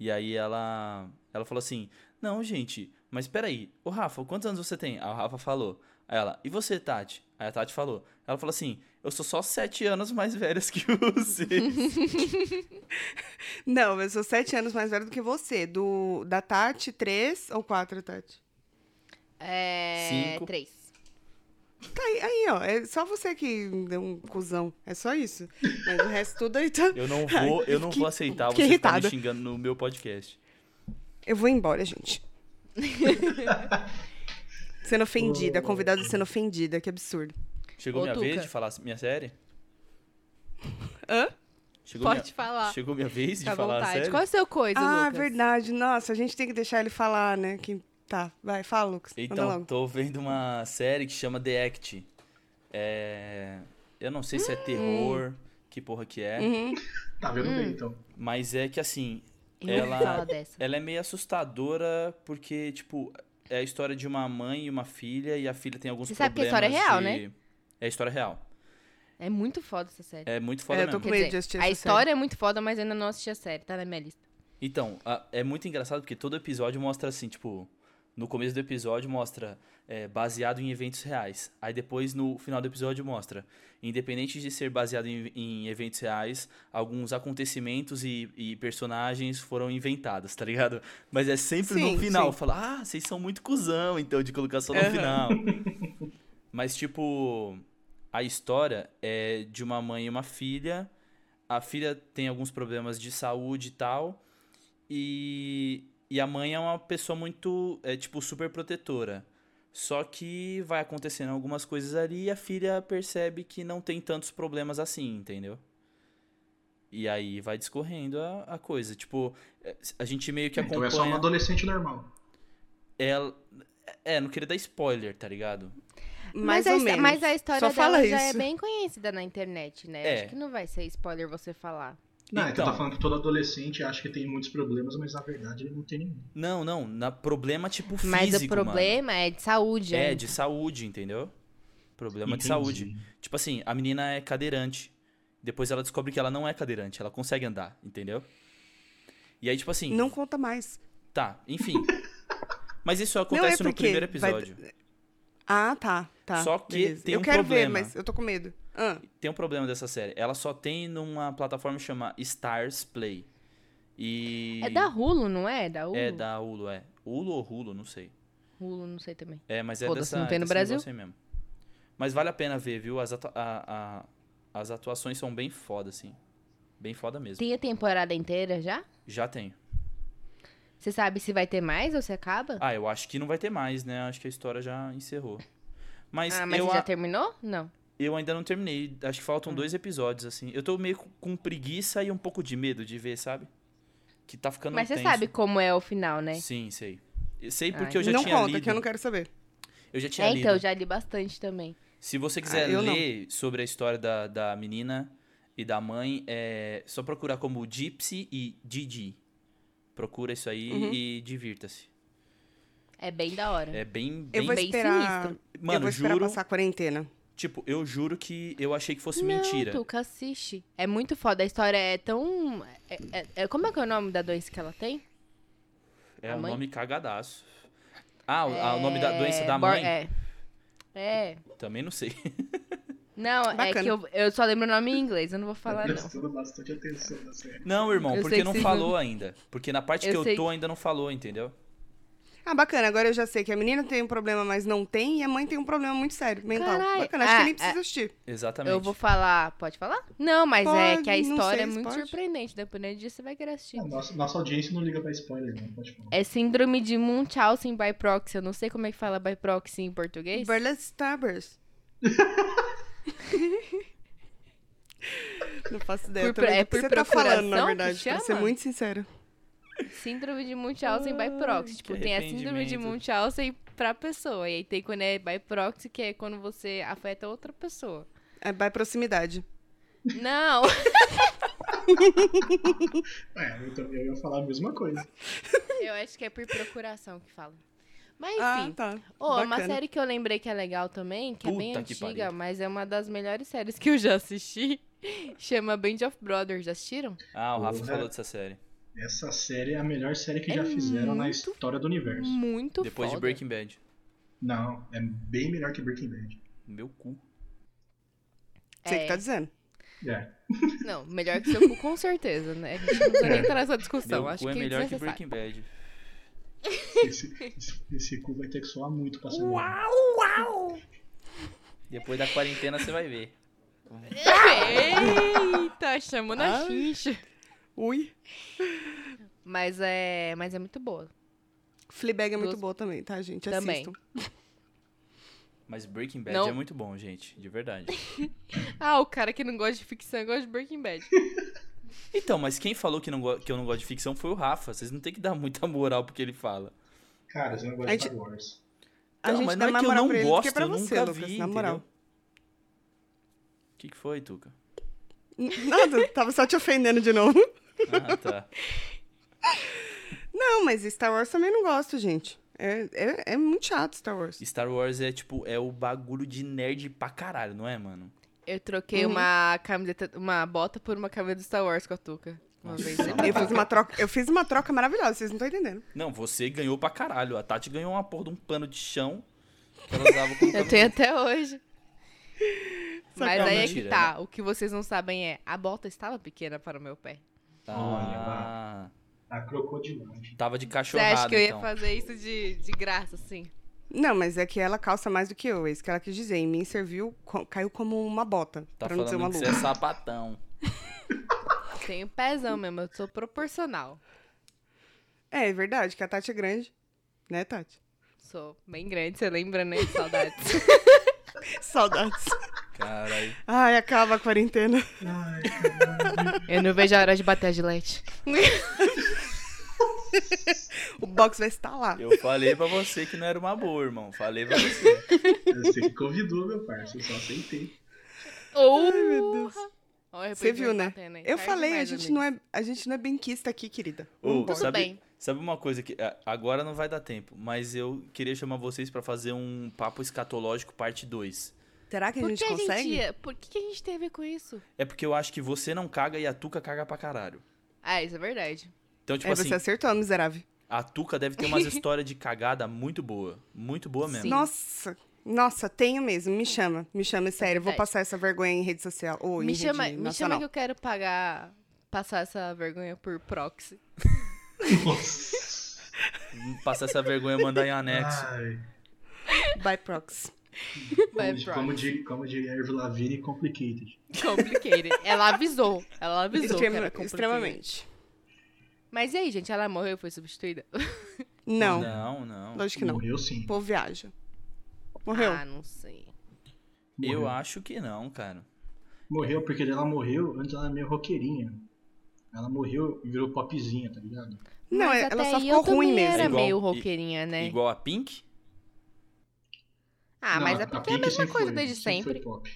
C: E aí ela. Ela falou assim: Não, gente, mas peraí, ô Rafa, quantos anos você tem? Aí o Rafa falou. Aí ela, e você, Tati? Aí a Tati falou. Ela falou assim: Eu sou só sete anos mais velhas que vocês.
A: Não, eu sou sete anos mais velha do que você. Do, da Tati, três ou quatro, Tati?
B: É.
C: Cinco.
B: Três.
A: Tá aí, aí, ó. É só você que é um cuzão. É só isso. Mas o resto tudo aí tá.
C: Eu não vou, eu não
A: Que-
C: vou aceitar
A: que
C: você ficar
A: irritada.
C: me xingando no meu podcast.
A: Eu vou embora, gente. sendo ofendida, convidada sendo ofendida, que absurdo.
C: Chegou
B: Ô,
C: minha
B: Tuca.
C: vez de falar minha série?
A: Hã?
C: Chegou
B: Pode falar.
C: minha, chegou minha vez de
B: Fica à
C: falar a
B: vontade.
C: série?
B: Qual é o seu coisa,
A: ah,
B: Lucas?
A: verdade. Nossa, a gente tem que deixar ele falar, né? Que... Tá, vai, fala, Lucas. Manda
C: Então,
A: logo.
C: tô vendo uma série que chama The Act. É... Eu não sei se é
B: Hum.
C: terror, que porra que é,
A: Uhum.
D: Tá vendo bem, então.
C: mas é que assim,
B: Eu ouvi
C: Ela-
B: falar dessa.
C: ela é meio assustadora porque, tipo, é a história de uma mãe e uma filha e a filha tem alguns
B: Você sabe
C: problemas
B: que a história é
C: de-
B: real,
C: É a história real.
B: É muito foda essa série.
C: É muito foda
A: É, eu tô
C: mesmo.
A: com medo de assistir
B: a
A: essa
B: história é muito foda, mas ainda não assisti a série. Tá na minha lista.
C: Então, a- é muito engraçado porque todo episódio mostra assim, tipo, no começo do episódio mostra é, baseado em eventos reais. Aí depois no final do episódio mostra, independente de ser baseado em, em eventos reais, alguns acontecimentos e, e personagens foram inventados, tá ligado? Mas é sempre
A: Sim,
C: no final,
A: sim.
C: fala, ah, vocês são muito cuzão, então, de colocar só no
A: Aham.
C: final. Mas, tipo, a história é de uma mãe e uma filha. A filha tem alguns problemas de saúde e tal. E, e a mãe é uma pessoa muito, é, tipo, super protetora. Só que vai acontecendo algumas coisas ali e a filha percebe que não tem tantos problemas assim, entendeu? E aí vai discorrendo a, a coisa. Tipo, é, a gente meio que
D: Então
C: acompanha
D: é só um adolescente normal.
C: ela. É, não queria dar spoiler, tá ligado?
A: Mais
B: mas, a,
A: ou
B: his-
A: menos.
B: mas a história
A: Só
B: dela
A: fala
B: já é
A: isso.
B: bem conhecida na internet, né?
C: É.
B: Acho que não vai ser spoiler você falar.
D: Não, é que eu
C: Então.
D: tô falando que todo adolescente acha que tem muitos problemas, mas na verdade ele não tem nenhum.
C: Não, não, na problema tipo físico,
B: mas o
C: mano.
B: problema é de saúde.
C: É,
B: né?
C: de saúde, entendeu? Problema
D: Entendi.
C: de saúde. Tipo assim, a menina é cadeirante. Depois ela descobre que ela não é cadeirante, ela consegue andar, entendeu? E aí, tipo assim,
A: Não conta mais.
C: tá, enfim. Mas isso acontece no
A: é porque
C: primeiro
A: vai-
C: episódio.
A: Ah, tá, tá.
C: Só que
A: beleza.
C: tem
A: Eu
C: um
A: quero ver,
C: problema.
A: mas eu tô com medo. Ah,
C: Tem um problema dessa série. Ela só tem numa plataforma que chama Stars Play. E.
B: É da Hulu, não é? Da Hulu?
C: É da Hulu, é. Hulu ou Hulu, não sei.
B: Hulu, não sei também.
C: É, mas é
B: Foda-se,
C: dessa,
B: não tem no
C: desse
B: Brasil?
C: negócio aí mesmo. Mas vale a pena ver, viu? As, atua- a- a- as atuações são bem foda, assim. Bem foda mesmo.
B: Tem a temporada inteira já?
C: Já tem.
B: Você sabe se vai ter mais ou se acaba?
C: Ah, eu acho que não vai ter mais, né? Acho que a história já encerrou. Mas,
B: ah, mas
C: eu,
B: você já
C: a-
B: terminou? Não.
C: eu ainda não terminei. Acho que faltam dois episódios, assim. Eu tô meio com- com preguiça e um pouco de medo de ver, sabe? Que tá ficando
B: mas você
C: tenso.
B: sabe como é o final, né?
C: Sim, sei. Eu sei
B: Ah,
C: porque eu já
A: não
C: tinha
A: conta,
C: lido.
A: que eu não quero saber.
C: Eu já tinha
B: É,
C: lido.
B: então, eu já li bastante também.
C: Se você quiser
A: Ah, eu não.
C: ler sobre a história da, da menina e da mãe, é só procurar como Gypsy e Gigi. Procura isso aí
A: Uhum.
C: e divirta-se.
B: É bem da hora.
C: É bem,
A: Eu
C: bem...
A: vou
B: bem
A: esperar.
B: sinistro.
A: eu
C: Mano,
A: vou esperar
C: juro,
A: passar a quarentena.
C: tipo, eu juro que eu achei que fosse
B: não,
C: mentira.
B: Tuca, assiste. É muito foda. A história é tão... é- é- é- Como é que é o nome da doença que ela tem?
C: É
B: A
C: um
B: mãe?
C: nome cagadaço. Ah, o- ah, o nome da doença da
B: É, bor-
C: mãe?
B: É. É.
C: Também não sei.
B: Não,
A: Bacana.
B: é que eu, eu só lembro o nome em inglês, eu não vou falar, não.
D: Prestando bastante atenção tá na série.
C: Não, irmão,
B: Eu sei
C: porque
B: que
C: não
B: vocês
C: falou ainda. Porque na parte
B: Eu
C: que eu
B: sei
C: tô ainda não falou, entendeu?
A: Ah, bacana. Agora eu já sei que a menina tem um problema, mas não tem, e a mãe tem um problema muito sério, mental.
B: Carai,
A: Bacana, acho
B: ah,
A: que nem precisa assistir.
C: Exatamente.
B: Eu vou falar. Pode falar? Não, mas é que a
A: Pode, não
B: história
A: sei,
B: é muito
A: pode.
B: surpreendente. Dependendo disso, você vai querer assistir.
D: Ah, Nossa, nossa audiência não liga pra spoiler, não, pode falar.
B: É síndrome de Munchausen by proxy. Eu não sei como é que fala by proxy em português.
A: Burles Stubbers. não faço ideia
B: Por pro-
A: também do
B: é
A: que
B: por
A: você tá falando, na
B: procuração que
A: verdade, pra ser
B: chama?
A: muito sincero.
B: Síndrome de Munchausen by proxy.
C: Ah, que
B: Tipo, tem a síndrome de
C: arrependimento.
B: Munchausen pra pessoa. E aí tem quando é by proxy, que é quando você afeta outra pessoa.
A: É by proximidade.
B: Não!
D: É, eu também ia falar a mesma coisa.
B: eu acho que é por procuração que fala. Mas
A: Ah,
B: enfim.
A: tá.
B: Ô, uma
A: Bacana.
B: série que eu lembrei que é legal também, que é bem
C: Puta que
B: antiga,
C: pariu.
B: mas é uma das melhores séries que eu já assisti. Chama Band of Brothers, já assistiram?
C: Ah, o Rafa
D: Porra.
C: falou dessa série.
D: Essa série é a melhor série que
B: É
D: já fizeram na
B: muito
D: história do universo.
B: Muito
C: Depois de
B: foda.
C: Breaking Bad.
D: Não, é bem melhor que Breaking Bad.
C: Meu cu.
A: Sei o
B: É.
A: que tá dizendo.
D: É.
B: Não, melhor que seu cu, com certeza, né? A gente não precisa nem entrar nessa discussão.
C: Meu
B: Acho
C: cu
B: que
C: é melhor que
B: desnecessário.
C: Breaking Bad.
D: Esse, esse, esse cu vai ter que soar muito pra ser melhor.
C: Depois da quarentena você vai ver.
B: Eita, chamando a
A: Ai.
B: xincha.
A: Ui.
B: Mas é, mas é muito boa.
A: Fleabag é muito
B: Dos-
A: boa também, tá, gente?
B: Também.
A: Assistam.
C: Mas Breaking Bad
B: Não.
C: é muito bom, gente. De verdade.
B: Ah, o cara que não gosta de ficção gosta de Breaking Bad.
C: Então, mas quem falou que, não go- que eu não gosto de ficção foi o Rafa. Vocês não tem que dar muita moral porque ele fala.
D: Cara, você não
A: A
D: gosta de
A: gente-
D: Star Wars.
A: A
C: Não,
A: gente
C: mas
A: dá
C: não é
A: mais
C: que eu
A: moral
C: não
A: pra ele do
C: gosto,
A: que pra
C: eu
A: você,
C: nunca
A: Lucas,
C: vi,
A: na moral.
C: O que, que foi, Tuca?
A: Nada, tava só te ofendendo de novo.
C: Ah, tá.
A: Não, mas Star Wars também não gosto, gente. É, é, é muito chato Star Wars.
C: Star Wars é tipo, é o bagulho de nerd pra caralho, não é, mano?
B: Eu troquei
A: Uhum.
B: uma camiseta, uma bota por uma camisa do Star Wars com a Tuca. Uma
C: Nossa,
B: vez.
C: tá
B: Ele
A: Eu
C: maluco.
A: fiz uma troca, eu fiz uma troca maravilhosa, vocês não estão entendendo.
C: Não, você ganhou pra caralho. A Tati ganhou uma porra de um pano de chão que ela usava como
B: Eu tenho até hoje. Mas
C: Não,
B: aí é que
C: mentira, né?
B: tá.
A: né?
B: O que vocês não sabem é, a bota estava pequena para o meu pé.
C: Tá. Ah,
D: A crocodilagem.
C: tava de
B: Você
C: cachorrada,
B: acha que eu ia
C: então.
B: fazer isso de, de graça, assim?
A: Não, mas é que ela calça mais do que eu, é isso que ela quis dizer. Em mim serviu, co- caiu como uma bota,
C: Tá
A: pra não dizer uma
C: falando que você é
A: luva.
C: sapatão.
B: Tenho pezão mesmo, eu sou proporcional.
C: assim.
A: É, é verdade, que a Tati é grande. Né, Tati?
B: Sou bem grande, você lembra, né? Saudades.
A: Saudades.
C: Caralho.
A: Ai, acaba a quarentena.
D: Ai, caralho.
B: Eu não vejo a hora de bater a gilete.
A: O box vai estar lá.
C: Eu falei pra você que não era uma boa, irmão. Falei pra você.
D: Você que convidou, meu parceiro. Só aceitei.
B: Ou.
A: Deus. Você viu, né? Eu falei, a gente, não
B: é.
A: é, a gente não é benquista aqui, querida.
C: Ô,
B: Tudo
C: sabe,
B: bem.
C: sabe uma coisa que a- agora não vai dar tempo, mas eu queria chamar vocês pra fazer um papo escatológico parte 2.
A: Será que a
B: Por
A: gente
B: que a
A: consegue?
B: gente. Por que que a gente tem a ver com isso?
C: É porque eu acho que você não caga e a Tuca caga pra caralho.
B: Ah, isso é verdade.
C: Então, tipo
A: é,
C: assim,
A: você acertou, miserável.
C: a Tuca deve ter umas histórias de cagada muito boa. Muito boa mesmo.
B: Sim.
A: Nossa, nossa, tenho mesmo. Me chama, me chama, sério. eu Vou
B: É Verdade.
A: passar essa vergonha em rede social. Ou
B: me
A: em
B: chama,
A: rede
B: me
A: nacional.
B: chama que eu quero pagar. Passar essa vergonha por proxy.
D: Nossa.
C: Passar essa vergonha e mandar em anexo.
D: Ai,
A: By proxy.
B: Vai,
D: como, como,
B: proxy.
D: di- como diria Ervio Lavigne, complicated.
B: Complicated. Ela avisou. Ela avisou. que
A: Extrema-
B: era complicated.
A: extremamente.
B: Mas e aí, gente? Ela morreu e foi substituída?
A: Não,
C: Não, não.
A: lógico que não.
D: Morreu sim.
A: O povo viaja. Morreu.
B: Ah, não sei.
C: Eu
D: Morreu.
C: acho que não, cara.
D: Morreu porque ela morreu, antes ela era meio roqueirinha. Ela morreu e virou popzinha, tá ligado?
A: Não, é,
B: Mas
A: ela
B: até
A: só
B: aí
A: ficou
B: eu também
A: ruim mesmo.
B: era
C: Igual-
B: meio
C: i-
B: roqueirinha, né?
C: Igual a Pink?
B: Ah,
D: Não,
B: mas é porque é a
D: Pink
B: mesma
D: sempre
B: coisa
D: foi-
B: desde
D: Foi
B: sempre.
D: pop.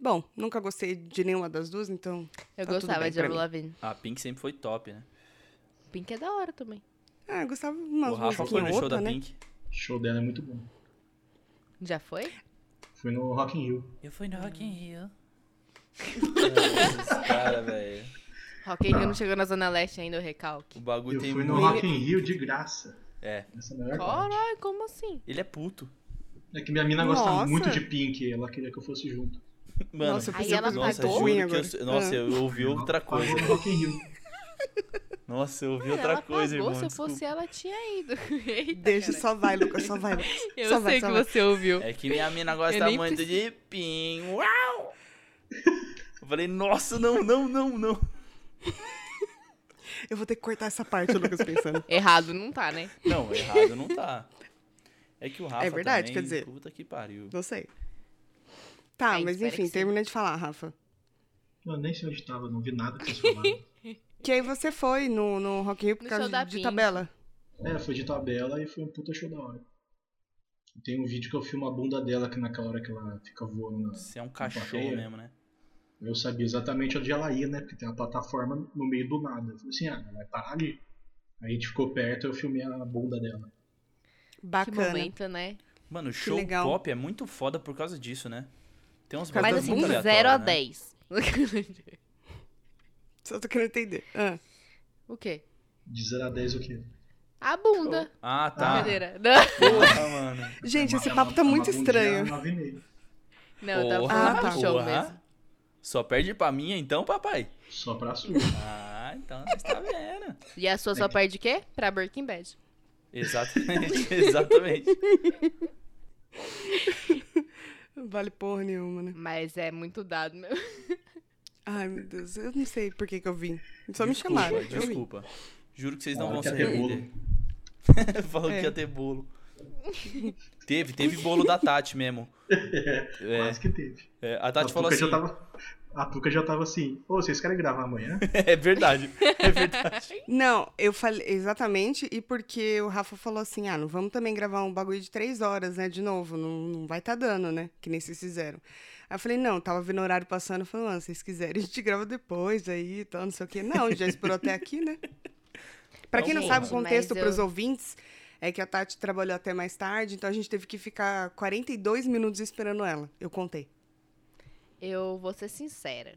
A: Bom, nunca gostei de nenhuma das duas, então.
B: Eu
A: Tá tudo
B: gostava
A: bem
B: de
A: pra
B: Avril
A: mim.
B: Lavigne.
C: A Pink sempre foi top, né?
B: Pink é da hora também.
A: Ah, eu gostava de umas
C: o Rafa foi
A: musiquinhas
C: no show
A: outra,
C: da
A: né?
C: Pink.
D: O show dela é muito bom.
B: Já foi?
D: Foi no Rock in Rio.
C: Eu fui no Rock in Rio. Nossa, cara, velho.
B: Rock in Rio não chegou na Zona Leste ainda, o recalque.
C: O bagulho
D: Eu
C: tem
D: fui no
C: muito-
D: Rock in Rio de graça.
C: É.
D: Essa é a melhor parte.
B: Caralho, como assim?
C: Ele é puto.
D: É que minha mina gosta
A: Nossa.
D: muito de Pink, ela queria que eu fosse junto.
C: Mano,
A: Nossa, eu
B: Aí
A: pensei
B: ela
A: que eu
C: nossa,
A: tô
B: pagou?
C: juro
A: ruim
C: que
A: agora.
C: eu, nossa, eu ouvi outra
D: Pagou
C: coisa.
D: no Rock in Rio.
C: Nossa, eu ouvi
B: Cara,
C: outra
B: ela
C: coisa,
B: pagou,
C: irmão.
B: se eu
C: desculpa.
B: fosse ela, tinha ido. Eita,
A: Deixa,
B: cara.
A: só vai, Lucas, só vai. Lucas.
B: Eu
A: só
B: sei
A: vai,
B: que
A: só vai.
B: você ouviu.
C: É que minha mina
B: Eu
C: gosta
B: nem
C: muito de pin. Uau! Eu falei, nossa, não, não, não, não.
A: Eu vou ter que cortar essa parte, o Lucas pensando.
B: Errado não tá, né?
C: Não, errado não tá. É que o Rafa
A: É verdade,
C: também,
A: quer dizer-
C: puta que pariu.
A: Não sei. Tá,
B: Ai,
A: mas
B: É, espero que
A: enfim,
B: sim.
A: termina de falar, Rafa.
D: Eu nem sei onde tava, não vi nada que vocês falaram.
A: Que aí você foi no, no Rock in Rio por
B: No
A: causa
B: show da
A: de, de
B: Pink.
A: tabela.
D: É, foi de tabela e foi um puta show da hora. Tem um vídeo que eu filmo a bunda dela que naquela hora que ela fica voando. na-
C: Você é um cachorro
D: plateia.
C: mesmo, né?
D: Eu sabia exatamente onde ela ia, né? Porque tem uma plataforma no meio do nada. Eu falei assim, ah, ela vai parar ali. Aí a gente ficou perto eu filmei a bunda dela.
B: Que
A: Bacana.
B: momento, né?
C: Mano, o show
A: legal.
C: pop é muito foda por causa disso, né? Tem uns
A: Por causa
B: Mas
A: da
C: bagulho
B: assim,
C: muito
A: bunda?
C: aleatório,
B: 0 a
C: né?
B: 10.
A: Só tô querendo entender. Ah,
B: o quê?
D: De 0 a 10 o quê?
B: A bunda.
C: Ah, tá.
B: Brincadeira. Não,
C: Porra, mano.
A: Gente,
D: É uma-
A: esse
D: é
A: papo
D: uma-
A: tá
D: é uma
A: muito
D: bundinha
A: estranho.
D: 9,5.
B: não tá
C: Porra,
B: falando
A: Ah, tá.
B: do show
C: porra.
B: mesmo.
C: Só perde pra minha então, papai?
D: Só pra sua.
C: Ah, então você tá vendo.
B: E a sua só perde o quê? Pra Breaking Bad.
C: Exatamente, exatamente.
D: né?
A: Vale porra nenhuma, né?
B: Mas é muito dado, meu.
A: Ai, meu Deus, eu não sei por que que eu vim. Só me
C: Desculpa,
A: chamaram. eu vim.
C: Desculpa. Juro que vocês não
D: Falaram
C: vão
D: que
C: se
D: ia ter bolo.
C: arrepender. Falou
A: É.
C: que ia ter bolo. teve, teve bolo da Tati mesmo. É,
D: Quase que teve.
C: é, a Tati falou
D: Tuca
C: assim.
D: já tava, a Tuca já tava assim, ô, vocês querem gravar amanhã?
C: é verdade. É verdade.
A: Não, eu falei exatamente, e porque o Rafa falou assim: ah, não vamos também gravar um bagulho de três horas, né? De novo, não, não vai tá dando, né? Que nem vocês fizeram. Aí eu falei: não, tava vendo o horário passando, eu falei: mano, se vocês quiserem, a gente grava depois aí e tal, não sei o quê. Não, já esperou até aqui, né? Pra quem não
C: Gente,
A: sabe o contexto
B: mas eu-
A: pros ouvintes, é que a Tati trabalhou até mais tarde, então a gente teve que ficar 42 minutos esperando ela. Eu contei.
B: Eu vou ser sincera.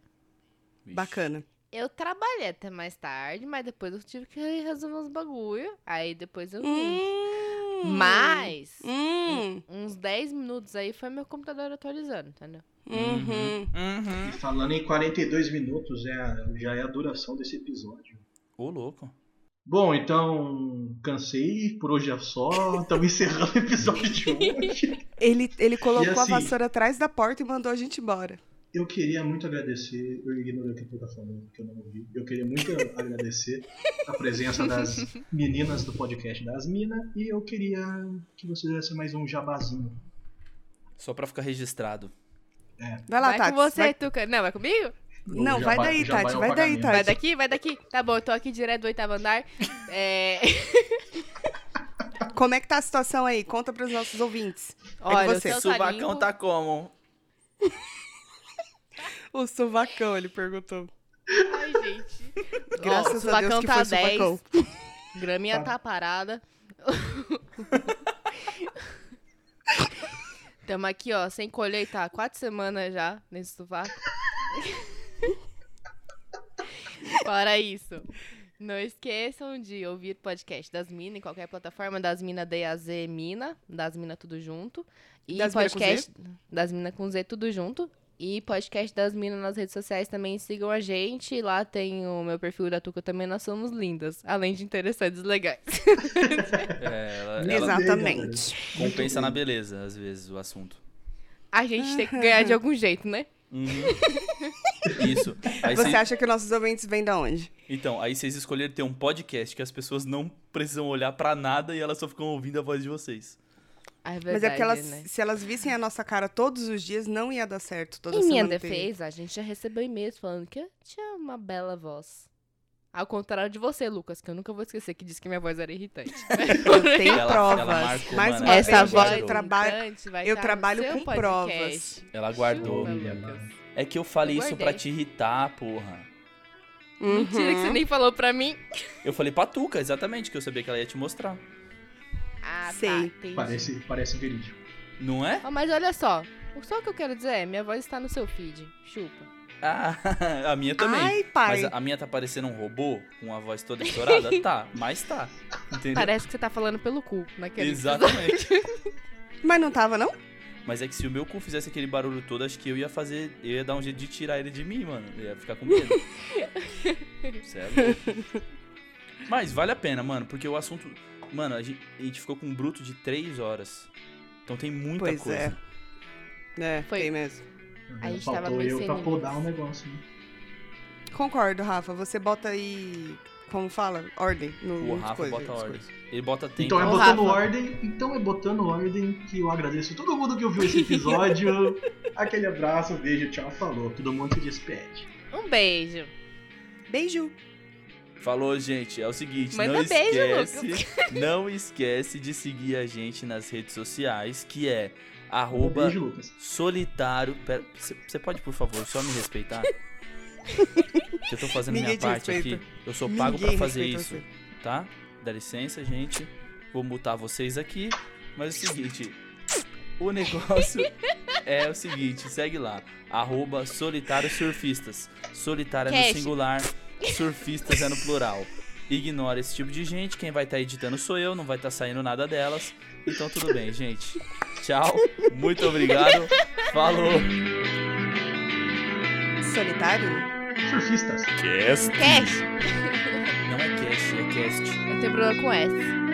C: Vixe.
A: Bacana.
B: Eu trabalhei até mais tarde, mas depois eu tive que resolver uns bagulho. Aí depois eu vim.
A: Hum.
B: Mas,
A: Hum.
B: uns 10 minutos aí foi meu computador atualizando, entendeu?
A: Uhum.
C: Uhum.
D: E falando em 42 minutos, é a- já é a duração desse episódio.
C: Ô, louco.
D: Bom, então cansei, por hoje é só. Estamos encerrando o episódio de hoje.
A: Ele, ele colocou
D: assim-
A: a vassoura atrás da porta e mandou a gente embora.
D: Eu queria muito agradecer, eu ignorei o que tu tá falando, porque eu não ouvi. Eu queria muito agradecer a presença das meninas do podcast das Minas e eu queria que vocês fizessem mais um jabazinho.
C: Só pra ficar registrado.
A: Vai lá,
B: vai
A: Tati.
B: com você,
A: vai-
B: Tuca. Não, vai comigo?
A: Não,
D: Já
A: vai
D: vai-
A: daí,
D: já
A: Tati.
D: vai
A: Vai
D: o
A: daí,
D: pagamento.
A: Tati.
B: Vai daqui, vai daqui. Tá bom, eu tô aqui direto do oitavo andar. É,
A: Como é que tá a situação aí? Conta pros nossos ouvintes.
B: Olha,
A: você.
B: o
A: Eu
C: O
B: céu tá
C: Subacão
B: limpo.
C: tá como?
A: O sovacão, ele perguntou.
B: Ai, gente.
A: Graças
B: Ó,
A: a Deus
B: Subacão
A: que
B: tá
A: foi
B: 10,
A: sovacão.
B: Graminha
D: Tá.
B: tá parada. Tamo aqui, ó, sem colher, tá? Quatro semanas já nesse sovaco. Fora isso. Não esqueçam de ouvir o podcast das Minas em qualquer plataforma, das Minas DAZ Mina, das Minas tudo junto. E
A: Das Mina com
B: podcast das Minas com Z tudo junto. E podcast das Minas nas redes sociais também sigam a gente. Lá tem o meu perfil da Tuca também, nós somos lindas, além de interessantes e legais.
C: É, ela, ela
A: Exatamente.
C: compensa na beleza, às vezes, o assunto.
B: A gente tem que ganhar de algum jeito, né?
C: Uhum. Isso. Aí
A: Você
C: cês-
A: acha que nossos ouvintes vêm da onde?
C: Então, aí vocês escolheram ter um podcast que as pessoas não precisam olhar pra nada e elas só ficam ouvindo a voz de vocês.
B: Ah, É
A: Mas é porque
B: verdade,
A: elas-
B: né?
A: se elas vissem a nossa cara todos os dias, não ia dar certo toda
B: Em
A: semana.
B: minha
A: ter-
B: defesa, a gente já recebeu e-mails falando que eu tinha uma bela voz. Ao contrário de você, Lucas, que eu nunca vou esquecer que disse que minha voz era irritante.
A: Eu tenho
C: Ela-
A: provas.
C: ela marcou,
A: Mais
C: mano,
A: uma
C: ela
A: vez,
C: voz-
A: gente, eu trabalho...
B: irritante vai
A: eu
B: tá no
A: trabalho
B: seu
A: com
B: podcast.
C: Ela guardou.
B: Chupa,
D: Justo.
B: Lucas.
C: É que eu falei
B: Eu
C: isso
B: guardei.
C: pra te irritar, porra.
A: Uhum.
B: Mentira que você nem falou pra mim.
C: Eu falei pra Tuca, exatamente, que eu sabia que ela ia te mostrar.
B: Ah, tá,
A: Sei.
B: entendi.
D: Parece, parece verídico.
C: Não é?
B: Ó, mas olha só, o só que eu quero dizer é, minha voz está no seu feed. Chupa.
C: Ah, a minha também.
A: Ai, pai.
C: Mas a- a minha tá parecendo um robô com a voz toda estourada? tá, mas tá. Entendeu?
B: Parece que você tá falando pelo cu naquele
C: Exatamente.
A: Mas não tava, não?
C: Mas é que se o meu cu fizesse aquele barulho todo, acho que eu ia fazer. Eu ia dar um jeito de tirar ele de mim, mano. Eu ia ficar com medo. Sério. Mas vale a pena, mano, porque o assunto. Mano, a gente, a gente ficou com um bruto de três horas. Então tem muita
A: Pois
C: coisa.
A: é. É,
B: Foi.
A: tem mesmo.
B: A gente tava
D: Faltou
B: meio
D: eu
B: sem
D: pra
B: limites.
D: podar o negócio, né?
A: Concordo, Rafa. Você bota aí. Como fala? Ordem. No,
C: O
A: nas
C: Rafa
A: coisas,
C: bota
A: nas
C: ordem.
A: coisas.
C: Ele bota tempo.
D: Então é
B: Ô,
D: botando
B: Rafa.
D: ordem, então é botando ordem que eu agradeço todo mundo que ouviu esse episódio. Aquele abraço, beijo, tchau, falou. Todo mundo se despede.
B: Um beijo.
A: Beijo.
C: Falou, gente. É o seguinte,
B: Manda
C: não
B: beijo,
C: esquece. não esquece de seguir a gente nas redes sociais, que é arroba
D: Beijo, Lucas.
C: solitário. Você pode, por favor, só me respeitar? eu tô fazendo
A: Ninguém
C: minha
A: te
C: parte
A: respeita.
C: aqui. Eu sou pago
A: Ninguém
C: pra fazer
A: respeita
C: isso, tá? Dá licença, gente. Vou mutar vocês aqui. Mas é o seguinte. O negócio é o seguinte, segue lá. Arroba solitário surfistas. Solitário é
B: Cash.
C: no singular, surfistas é no plural. Ignora esse tipo de gente. Quem vai estar editando sou eu, não vai estar saindo nada delas. Então tudo bem, gente. Tchau, muito obrigado. Falou.
A: Solitário?
D: Surfistas.
C: Cast.
B: Cash.
C: Não é cast, é cast.
B: Não tem problema com S.